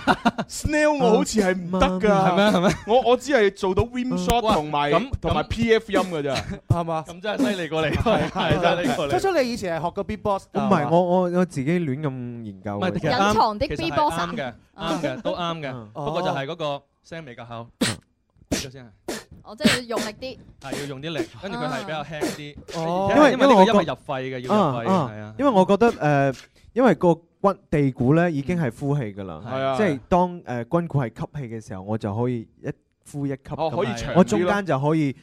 Speaker 9: snail，我好似係唔
Speaker 21: 嗯
Speaker 9: 得㗎，
Speaker 14: 係咩係咩？
Speaker 9: 我我只係做到 rim shot 同埋
Speaker 14: 咁
Speaker 9: 同埋 PF 音㗎咋，
Speaker 10: 係嘛？
Speaker 14: 咁 [LAUGHS] 真係犀利過你， [LAUGHS] 係真係犀利過你
Speaker 10: 秋。秋，你以前係學過 beatbox à?
Speaker 21: 唔
Speaker 10: 㗎
Speaker 21: 係我我我自己亂咁研究
Speaker 14: 唔
Speaker 21: 嘅
Speaker 14: 係
Speaker 21: 啫。
Speaker 14: 其實啱
Speaker 20: 隱藏的
Speaker 14: 其實係
Speaker 20: B-box
Speaker 14: 啱嘅，啱嘅都啱嘅，不過就係嗰個聲未夠厚，呢個先係。
Speaker 2: Ờ,
Speaker 20: 我真係要用力啲。
Speaker 14: 係要用啲力，跟住佢係比較輕啲。
Speaker 10: 哦
Speaker 14: 因為因為呢個
Speaker 21: 我
Speaker 14: 音
Speaker 21: 覺
Speaker 14: 係入肺嘅，要入肺嘅，係啊。
Speaker 21: 因為我覺得誒、呃因為個軍地鼓咧已經係呼氣㗎啦，
Speaker 9: 係啊
Speaker 21: 即係當誒、呃、軍鼓係吸氣嘅時候，我就可以一呼一吸咁、
Speaker 9: 哦可以長
Speaker 21: 我
Speaker 9: 啲
Speaker 21: 中
Speaker 9: 咯
Speaker 21: 間就可以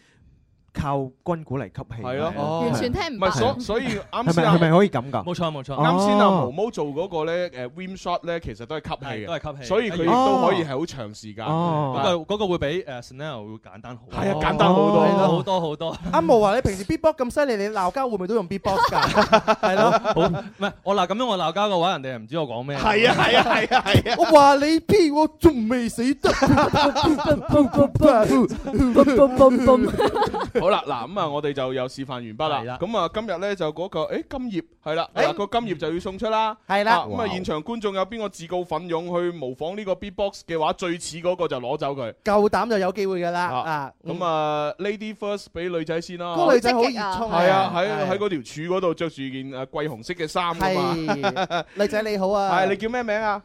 Speaker 21: 靠軍鼓嚟吸氣。
Speaker 9: 係咯哦
Speaker 20: 完全聽唔
Speaker 9: 唔
Speaker 20: 白
Speaker 9: 係所所以啱
Speaker 21: 係
Speaker 9: 先
Speaker 21: 咪係咪
Speaker 9: 啊。
Speaker 21: 可以咁㗎？哦
Speaker 14: 冇錯冇錯
Speaker 9: 啱先啊，毛毛做嗰個咧，誒 rim shot 咧，其實都係吸氣
Speaker 14: 係
Speaker 9: 嘅，
Speaker 14: 都係吸氣
Speaker 9: 所
Speaker 21: 哎
Speaker 9: 以佢亦都可以係好長
Speaker 21: 哦
Speaker 9: 時間。
Speaker 14: 嗰
Speaker 9: 嗱
Speaker 14: 個嗰個會比誒 Snell 會簡單好多，
Speaker 9: 係啊簡單好多
Speaker 14: 係咯好多好多。
Speaker 10: 阿毛話你平時 beatbox 咁犀利，你鬧交會唔會都用 beatbox [LAUGHS] 㗎？
Speaker 14: 係咯，好唔係我嗱咁樣我鬧交嘅話，人哋又唔知我講咩。
Speaker 10: 係啊係啊
Speaker 9: 係啊係啊！
Speaker 10: 我話你邊我仲未死得。
Speaker 9: [LAUGHS] 好啦，嗱咁啊，我哋就又示範完畢啦。咁啊，今日咧就嗰個誒金葉係啦，
Speaker 21: 哎
Speaker 9: 嗱個金葉就要送出啦。
Speaker 10: 係啦
Speaker 9: 啊咁啊，
Speaker 10: 哇
Speaker 9: 現場觀眾有邊個自告奮勇去模仿呢個 beatbox 嘅話，最似嗰個就攞走佢。
Speaker 10: 夠膽就有機會㗎啦啊！
Speaker 9: 咁啊，lady first 俾女仔先啦。
Speaker 10: 嗰個女仔好熱衷啊
Speaker 9: 係啊，喺
Speaker 10: 係
Speaker 9: 喺嗰條柱嗰度着住件誒貴紅色嘅衫㗎嘛 [LAUGHS]
Speaker 10: 係。女仔你好啊，
Speaker 9: 係你叫咩名啊？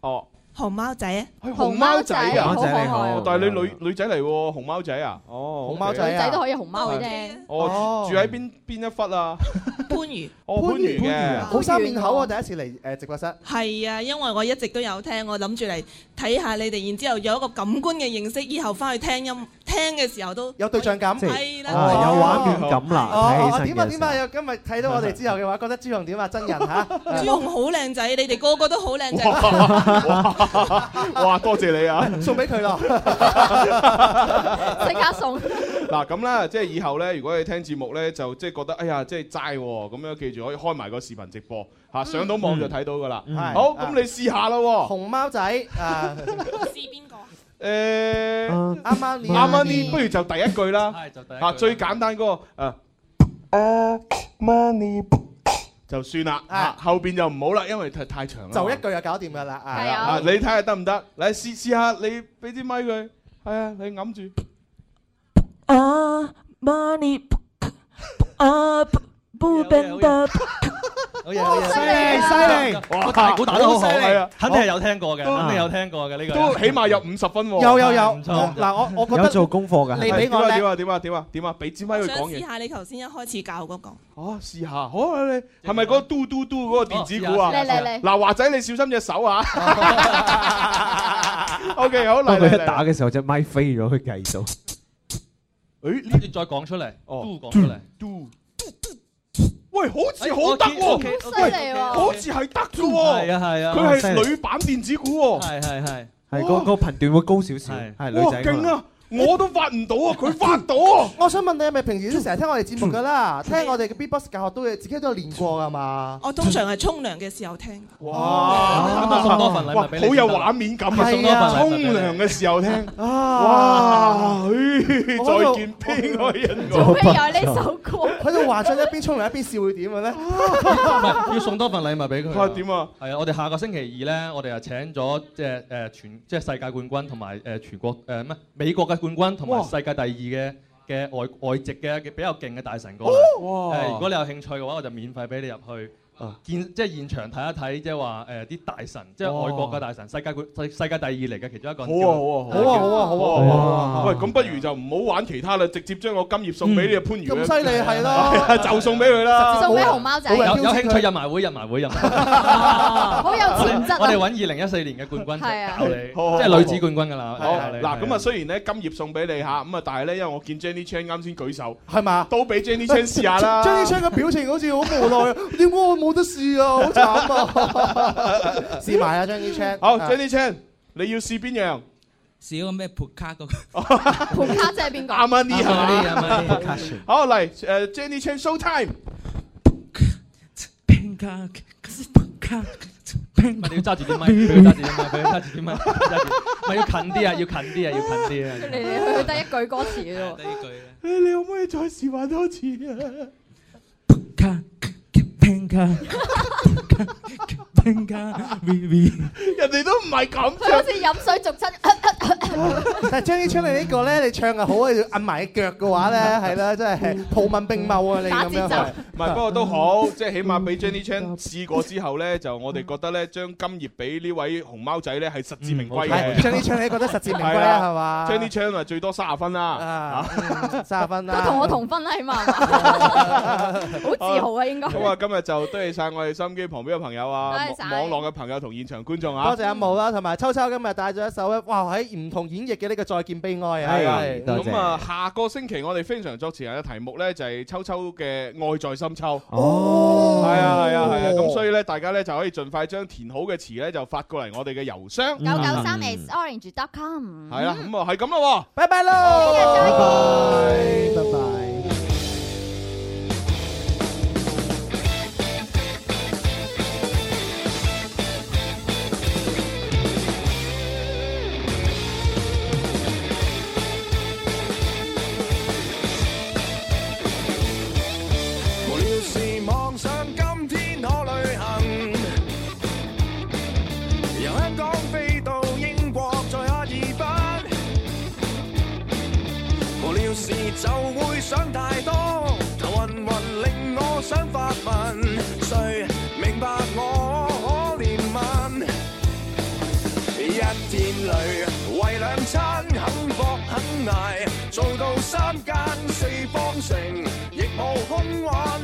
Speaker 9: 哦。
Speaker 4: 熊貓仔啊，
Speaker 9: 熊貓仔啊，
Speaker 4: 熊貓仔你好
Speaker 9: 哦但係你女女仔嚟喎，熊貓仔啊，哦，
Speaker 10: 熊貓仔啊女仔都可以
Speaker 20: 熊貓嘅
Speaker 10: 啊
Speaker 20: 啫
Speaker 9: 哦，住住喺邊邊一忽啊？
Speaker 4: 番禺，
Speaker 9: 哦，番禺嘅，
Speaker 10: 好三面口啊！第一次嚟誒直播室，
Speaker 4: 係啊，因為我一直都有聽，我諗住嚟睇下你哋，然之後有一個感官嘅認識，以後翻去聽音聽聽嘅時候都
Speaker 10: 有對象感，
Speaker 4: 係啦，
Speaker 21: 啊有畫面感啦，睇
Speaker 10: 哦，
Speaker 21: 起身
Speaker 10: 點啊
Speaker 21: 嘅
Speaker 10: 點
Speaker 21: 時候
Speaker 10: 啊！今日睇到我哋之後嘅話，覺得朱紅點啊？真人嚇，[LAUGHS]
Speaker 4: [LAUGHS] 朱紅好靚仔，你哋個個都好靚仔。
Speaker 9: 哇，多謝你啊！
Speaker 10: [LAUGHS] 送俾佢咯。
Speaker 2: 即刻送。
Speaker 9: 嗱咁啦，即係以後咧，如果你聽節目咧，就即係覺得哎呀，即係齋喎咁樣，記住可以開埋個視頻直播嚇，上到網就睇到噶啦。
Speaker 10: 係
Speaker 9: 好，咁你試下啦喎。
Speaker 10: 熊貓仔啊，
Speaker 9: 誒，
Speaker 10: 啱啱呢
Speaker 9: 啱啱呢，不如就第一句啦。 [LAUGHS] 係，就第一句。最簡單嗰個誒。啊 money 就算啦，啊後邊就唔好啦，因為太太長啦。
Speaker 10: 就一句就搞掂㗎啦啊！
Speaker 9: 係啦啊！你睇下得唔得？嚟試試下，你俾支咪佢，係啊，你揞住。
Speaker 19: 啊，money 啊，不笨的。
Speaker 14: 好
Speaker 19: 犀利犀利
Speaker 14: 哇！大鼓打得好好，
Speaker 9: 犀利
Speaker 14: 係啊肯定係有聽過嘅，
Speaker 9: 都
Speaker 14: 肯定有聽過嘅呢個。
Speaker 9: 都起碼有五十分喎。
Speaker 10: 有有有，
Speaker 14: 唔錯唔錯
Speaker 10: 啊哦嗱我我覺得
Speaker 21: 有做功課㗎
Speaker 10: 你俾我
Speaker 9: 點啊
Speaker 10: 咧
Speaker 9: 點。啊點啊點啊點啊！俾支咪佢
Speaker 4: 想
Speaker 9: 講
Speaker 4: 試
Speaker 9: 嘢。
Speaker 4: 下你頭先一開始教嗰個。
Speaker 9: 哦，試下，好啊你係咪嗰個嘟嘟嘟嗰個電子鼓啊？
Speaker 4: 哦試下試下嚟嚟嚟
Speaker 9: 嗱，華仔你小心隻手啊 à?！OK，好
Speaker 21: 當
Speaker 9: 嚟嚟
Speaker 21: 佢
Speaker 9: 嚟
Speaker 21: 一打嘅時候，只咪飛咗，佢計數。
Speaker 9: 誒，
Speaker 14: 跟住再講出嚟，都講出嚟。
Speaker 9: 喂，好似
Speaker 14: 哎
Speaker 9: 好得
Speaker 14: 我
Speaker 9: 喎
Speaker 14: 見我，
Speaker 9: 喂
Speaker 14: 見我見
Speaker 5: à?
Speaker 9: 好似係得嘅喎，
Speaker 14: 係啊係啊
Speaker 9: 佢
Speaker 14: 犀
Speaker 9: 係
Speaker 14: 利
Speaker 9: 女版電子鼓喎，
Speaker 14: 係係係，
Speaker 21: 係個個頻段會高少少，係女
Speaker 9: 哇，
Speaker 21: 仔可
Speaker 9: 勁
Speaker 21: 能。
Speaker 9: 啊！我都發唔到啊，佢發到啊！
Speaker 10: 我想問你係咪平時都成日聽我哋節目㗎啦？聽我哋嘅 B-box 教學都有自己都有練過㗎嘛？
Speaker 4: 我通常係沖涼嘅時候聽。
Speaker 9: 哇！
Speaker 14: 咁我送多份禮物俾你
Speaker 9: 哇好
Speaker 14: 先
Speaker 9: 有
Speaker 14: 得啦
Speaker 9: 畫面感
Speaker 14: 係
Speaker 9: 啊！
Speaker 14: 啊送多份禮物
Speaker 9: 沖
Speaker 14: 俾你
Speaker 9: 涼嘅時候聽，
Speaker 10: 啊
Speaker 9: 哇！嘿
Speaker 10: 我喺
Speaker 9: 再
Speaker 10: 度
Speaker 9: 見偏愛人
Speaker 10: 做
Speaker 9: 我
Speaker 10: 咩有呢首歌喺度幻想一邊沖涼一邊笑會點嘅咧？
Speaker 9: [LAUGHS]
Speaker 14: 唔係要送多份禮物俾佢。
Speaker 9: 啊點啊？
Speaker 14: 係啊，我哋下個星期二咧，我哋又請咗即係誒全即係世界冠軍同埋誒全國誒咩美國嘅冠軍同埋
Speaker 9: 哇
Speaker 14: 世界第二嘅。嘅外外籍嘅嘅比較勁嘅大神過
Speaker 9: 哦
Speaker 14: 嚟，
Speaker 9: 哇啊
Speaker 14: 誒如果你有興趣嘅話，我就免費俾你入去見，即係現場睇一睇，即係話誒啲大神，即係外國嘅大神，世界冠世世界第二嚟嘅其中一個人叫。
Speaker 9: 好啊好啊好啊好啊好啊！喂，咁不如就唔好玩其他啦，直接將個金葉送俾呢
Speaker 14: 嗯
Speaker 9: 個潘如
Speaker 10: 咁
Speaker 9: [LAUGHS]
Speaker 10: 犀利係啦
Speaker 9: 啊就送俾佢啦，啊
Speaker 2: 送俾熊貓仔
Speaker 14: 有有興趣入埋會，入埋會，入
Speaker 10: [LAUGHS]
Speaker 14: 埋會。
Speaker 2: 好有潛質啊！
Speaker 14: 我哋揾二零一四年嘅冠軍
Speaker 2: 係啊
Speaker 14: 教你，
Speaker 9: 好好
Speaker 14: 即係女子冠軍㗎啦。
Speaker 9: 好嗱，咁啊，雖然咧金葉送俾你嚇，咁啊，但係咧，因為我見 Jenny Chan 啱先舉手，
Speaker 10: 係嘛，
Speaker 9: 都俾 Jenny Chan 試下
Speaker 10: [LAUGHS]
Speaker 9: 啦。
Speaker 10: 張張嘅
Speaker 9: [LAUGHS]
Speaker 10: 表情好似好無奈啊！點解我冇得試啊？好慘啊！試埋啊，張依 Chan。
Speaker 9: 好，Jenny Chan，你要試邊樣？
Speaker 25: 試嗰個咩撲卡嗰個。
Speaker 9: [LAUGHS]
Speaker 2: 盤卡即係邊個？
Speaker 9: 啱啱呢係
Speaker 25: 啱啱
Speaker 9: 嘛？
Speaker 25: 呢啱啱呢
Speaker 9: [LAUGHS] 好嚟，誒 Jenny Chan show time。
Speaker 14: 咪你要揸住啲咪，佢要揸住啲咪，佢要揸住啲咪，揸住咪要近啲啊，要近啲啊，要近
Speaker 9: [LAUGHS]
Speaker 14: 啲啊。
Speaker 2: 嚟嚟去去得一句歌詞嘅啫喎。
Speaker 9: 你可唔可以再試玩多次啊？人哋都唔係咁
Speaker 2: 佢好似飲水逐親，
Speaker 10: [LAUGHS] 但係張依 Chan 你呢個咧，你唱嘅好，你啊要摁埋腳嘅話咧，係啦，真係圖文並茂啊！你咁
Speaker 9: 唔
Speaker 10: 樣係
Speaker 9: 係，不過都好，即係起碼俾 Jenny Chan 試過之後咧，就我哋覺得咧，將金葉俾呢位熊貓仔咧係實至名歸嘅。
Speaker 10: 嗯係張依 Chan 你覺得實至名歸
Speaker 9: 係
Speaker 10: 啊？
Speaker 9: 啦
Speaker 10: 係嘛
Speaker 9: ？Jenny Chan 啊，最多三十分啦。啊
Speaker 10: 三十分
Speaker 2: 都
Speaker 10: 啦。
Speaker 2: 同我同分啦，起碼好自豪啊，應該。
Speaker 9: 咁啊，今日就多謝晒我哋收音機旁邊嘅朋友啊
Speaker 2: 多謝，晒
Speaker 9: 網網絡嘅朋友同現場觀眾啊。
Speaker 10: 多謝阿毛啦，同埋秋秋今日帶咗一首咧，哇喺唔同演繹嘅呢個《再見悲哀》啊，
Speaker 9: 係啊
Speaker 10: 係
Speaker 9: 咁啊，下個星期我哋非常作詞人嘅題目咧就係秋秋嘅愛在深秋。
Speaker 10: 哦，
Speaker 9: 係啊，係啊，係啊。咁所以咧，大家咧就可以盡快將填好嘅詞咧就發過嚟我哋嘅郵箱。
Speaker 10: 嗯
Speaker 2: 九九三 is orange dot com。
Speaker 9: 係啦，咁啊係咁啦喎。
Speaker 10: 拜拜
Speaker 9: 咯，
Speaker 10: 拜拜。
Speaker 26: 無聊時望上今天可旅行，由香港飛到英國再下二班。無聊時就會想太多，頭暈暈令我想發問，誰明白我可憐憫？一天裏為兩餐肯搏肯捱，做到三間四方城，亦無空玩。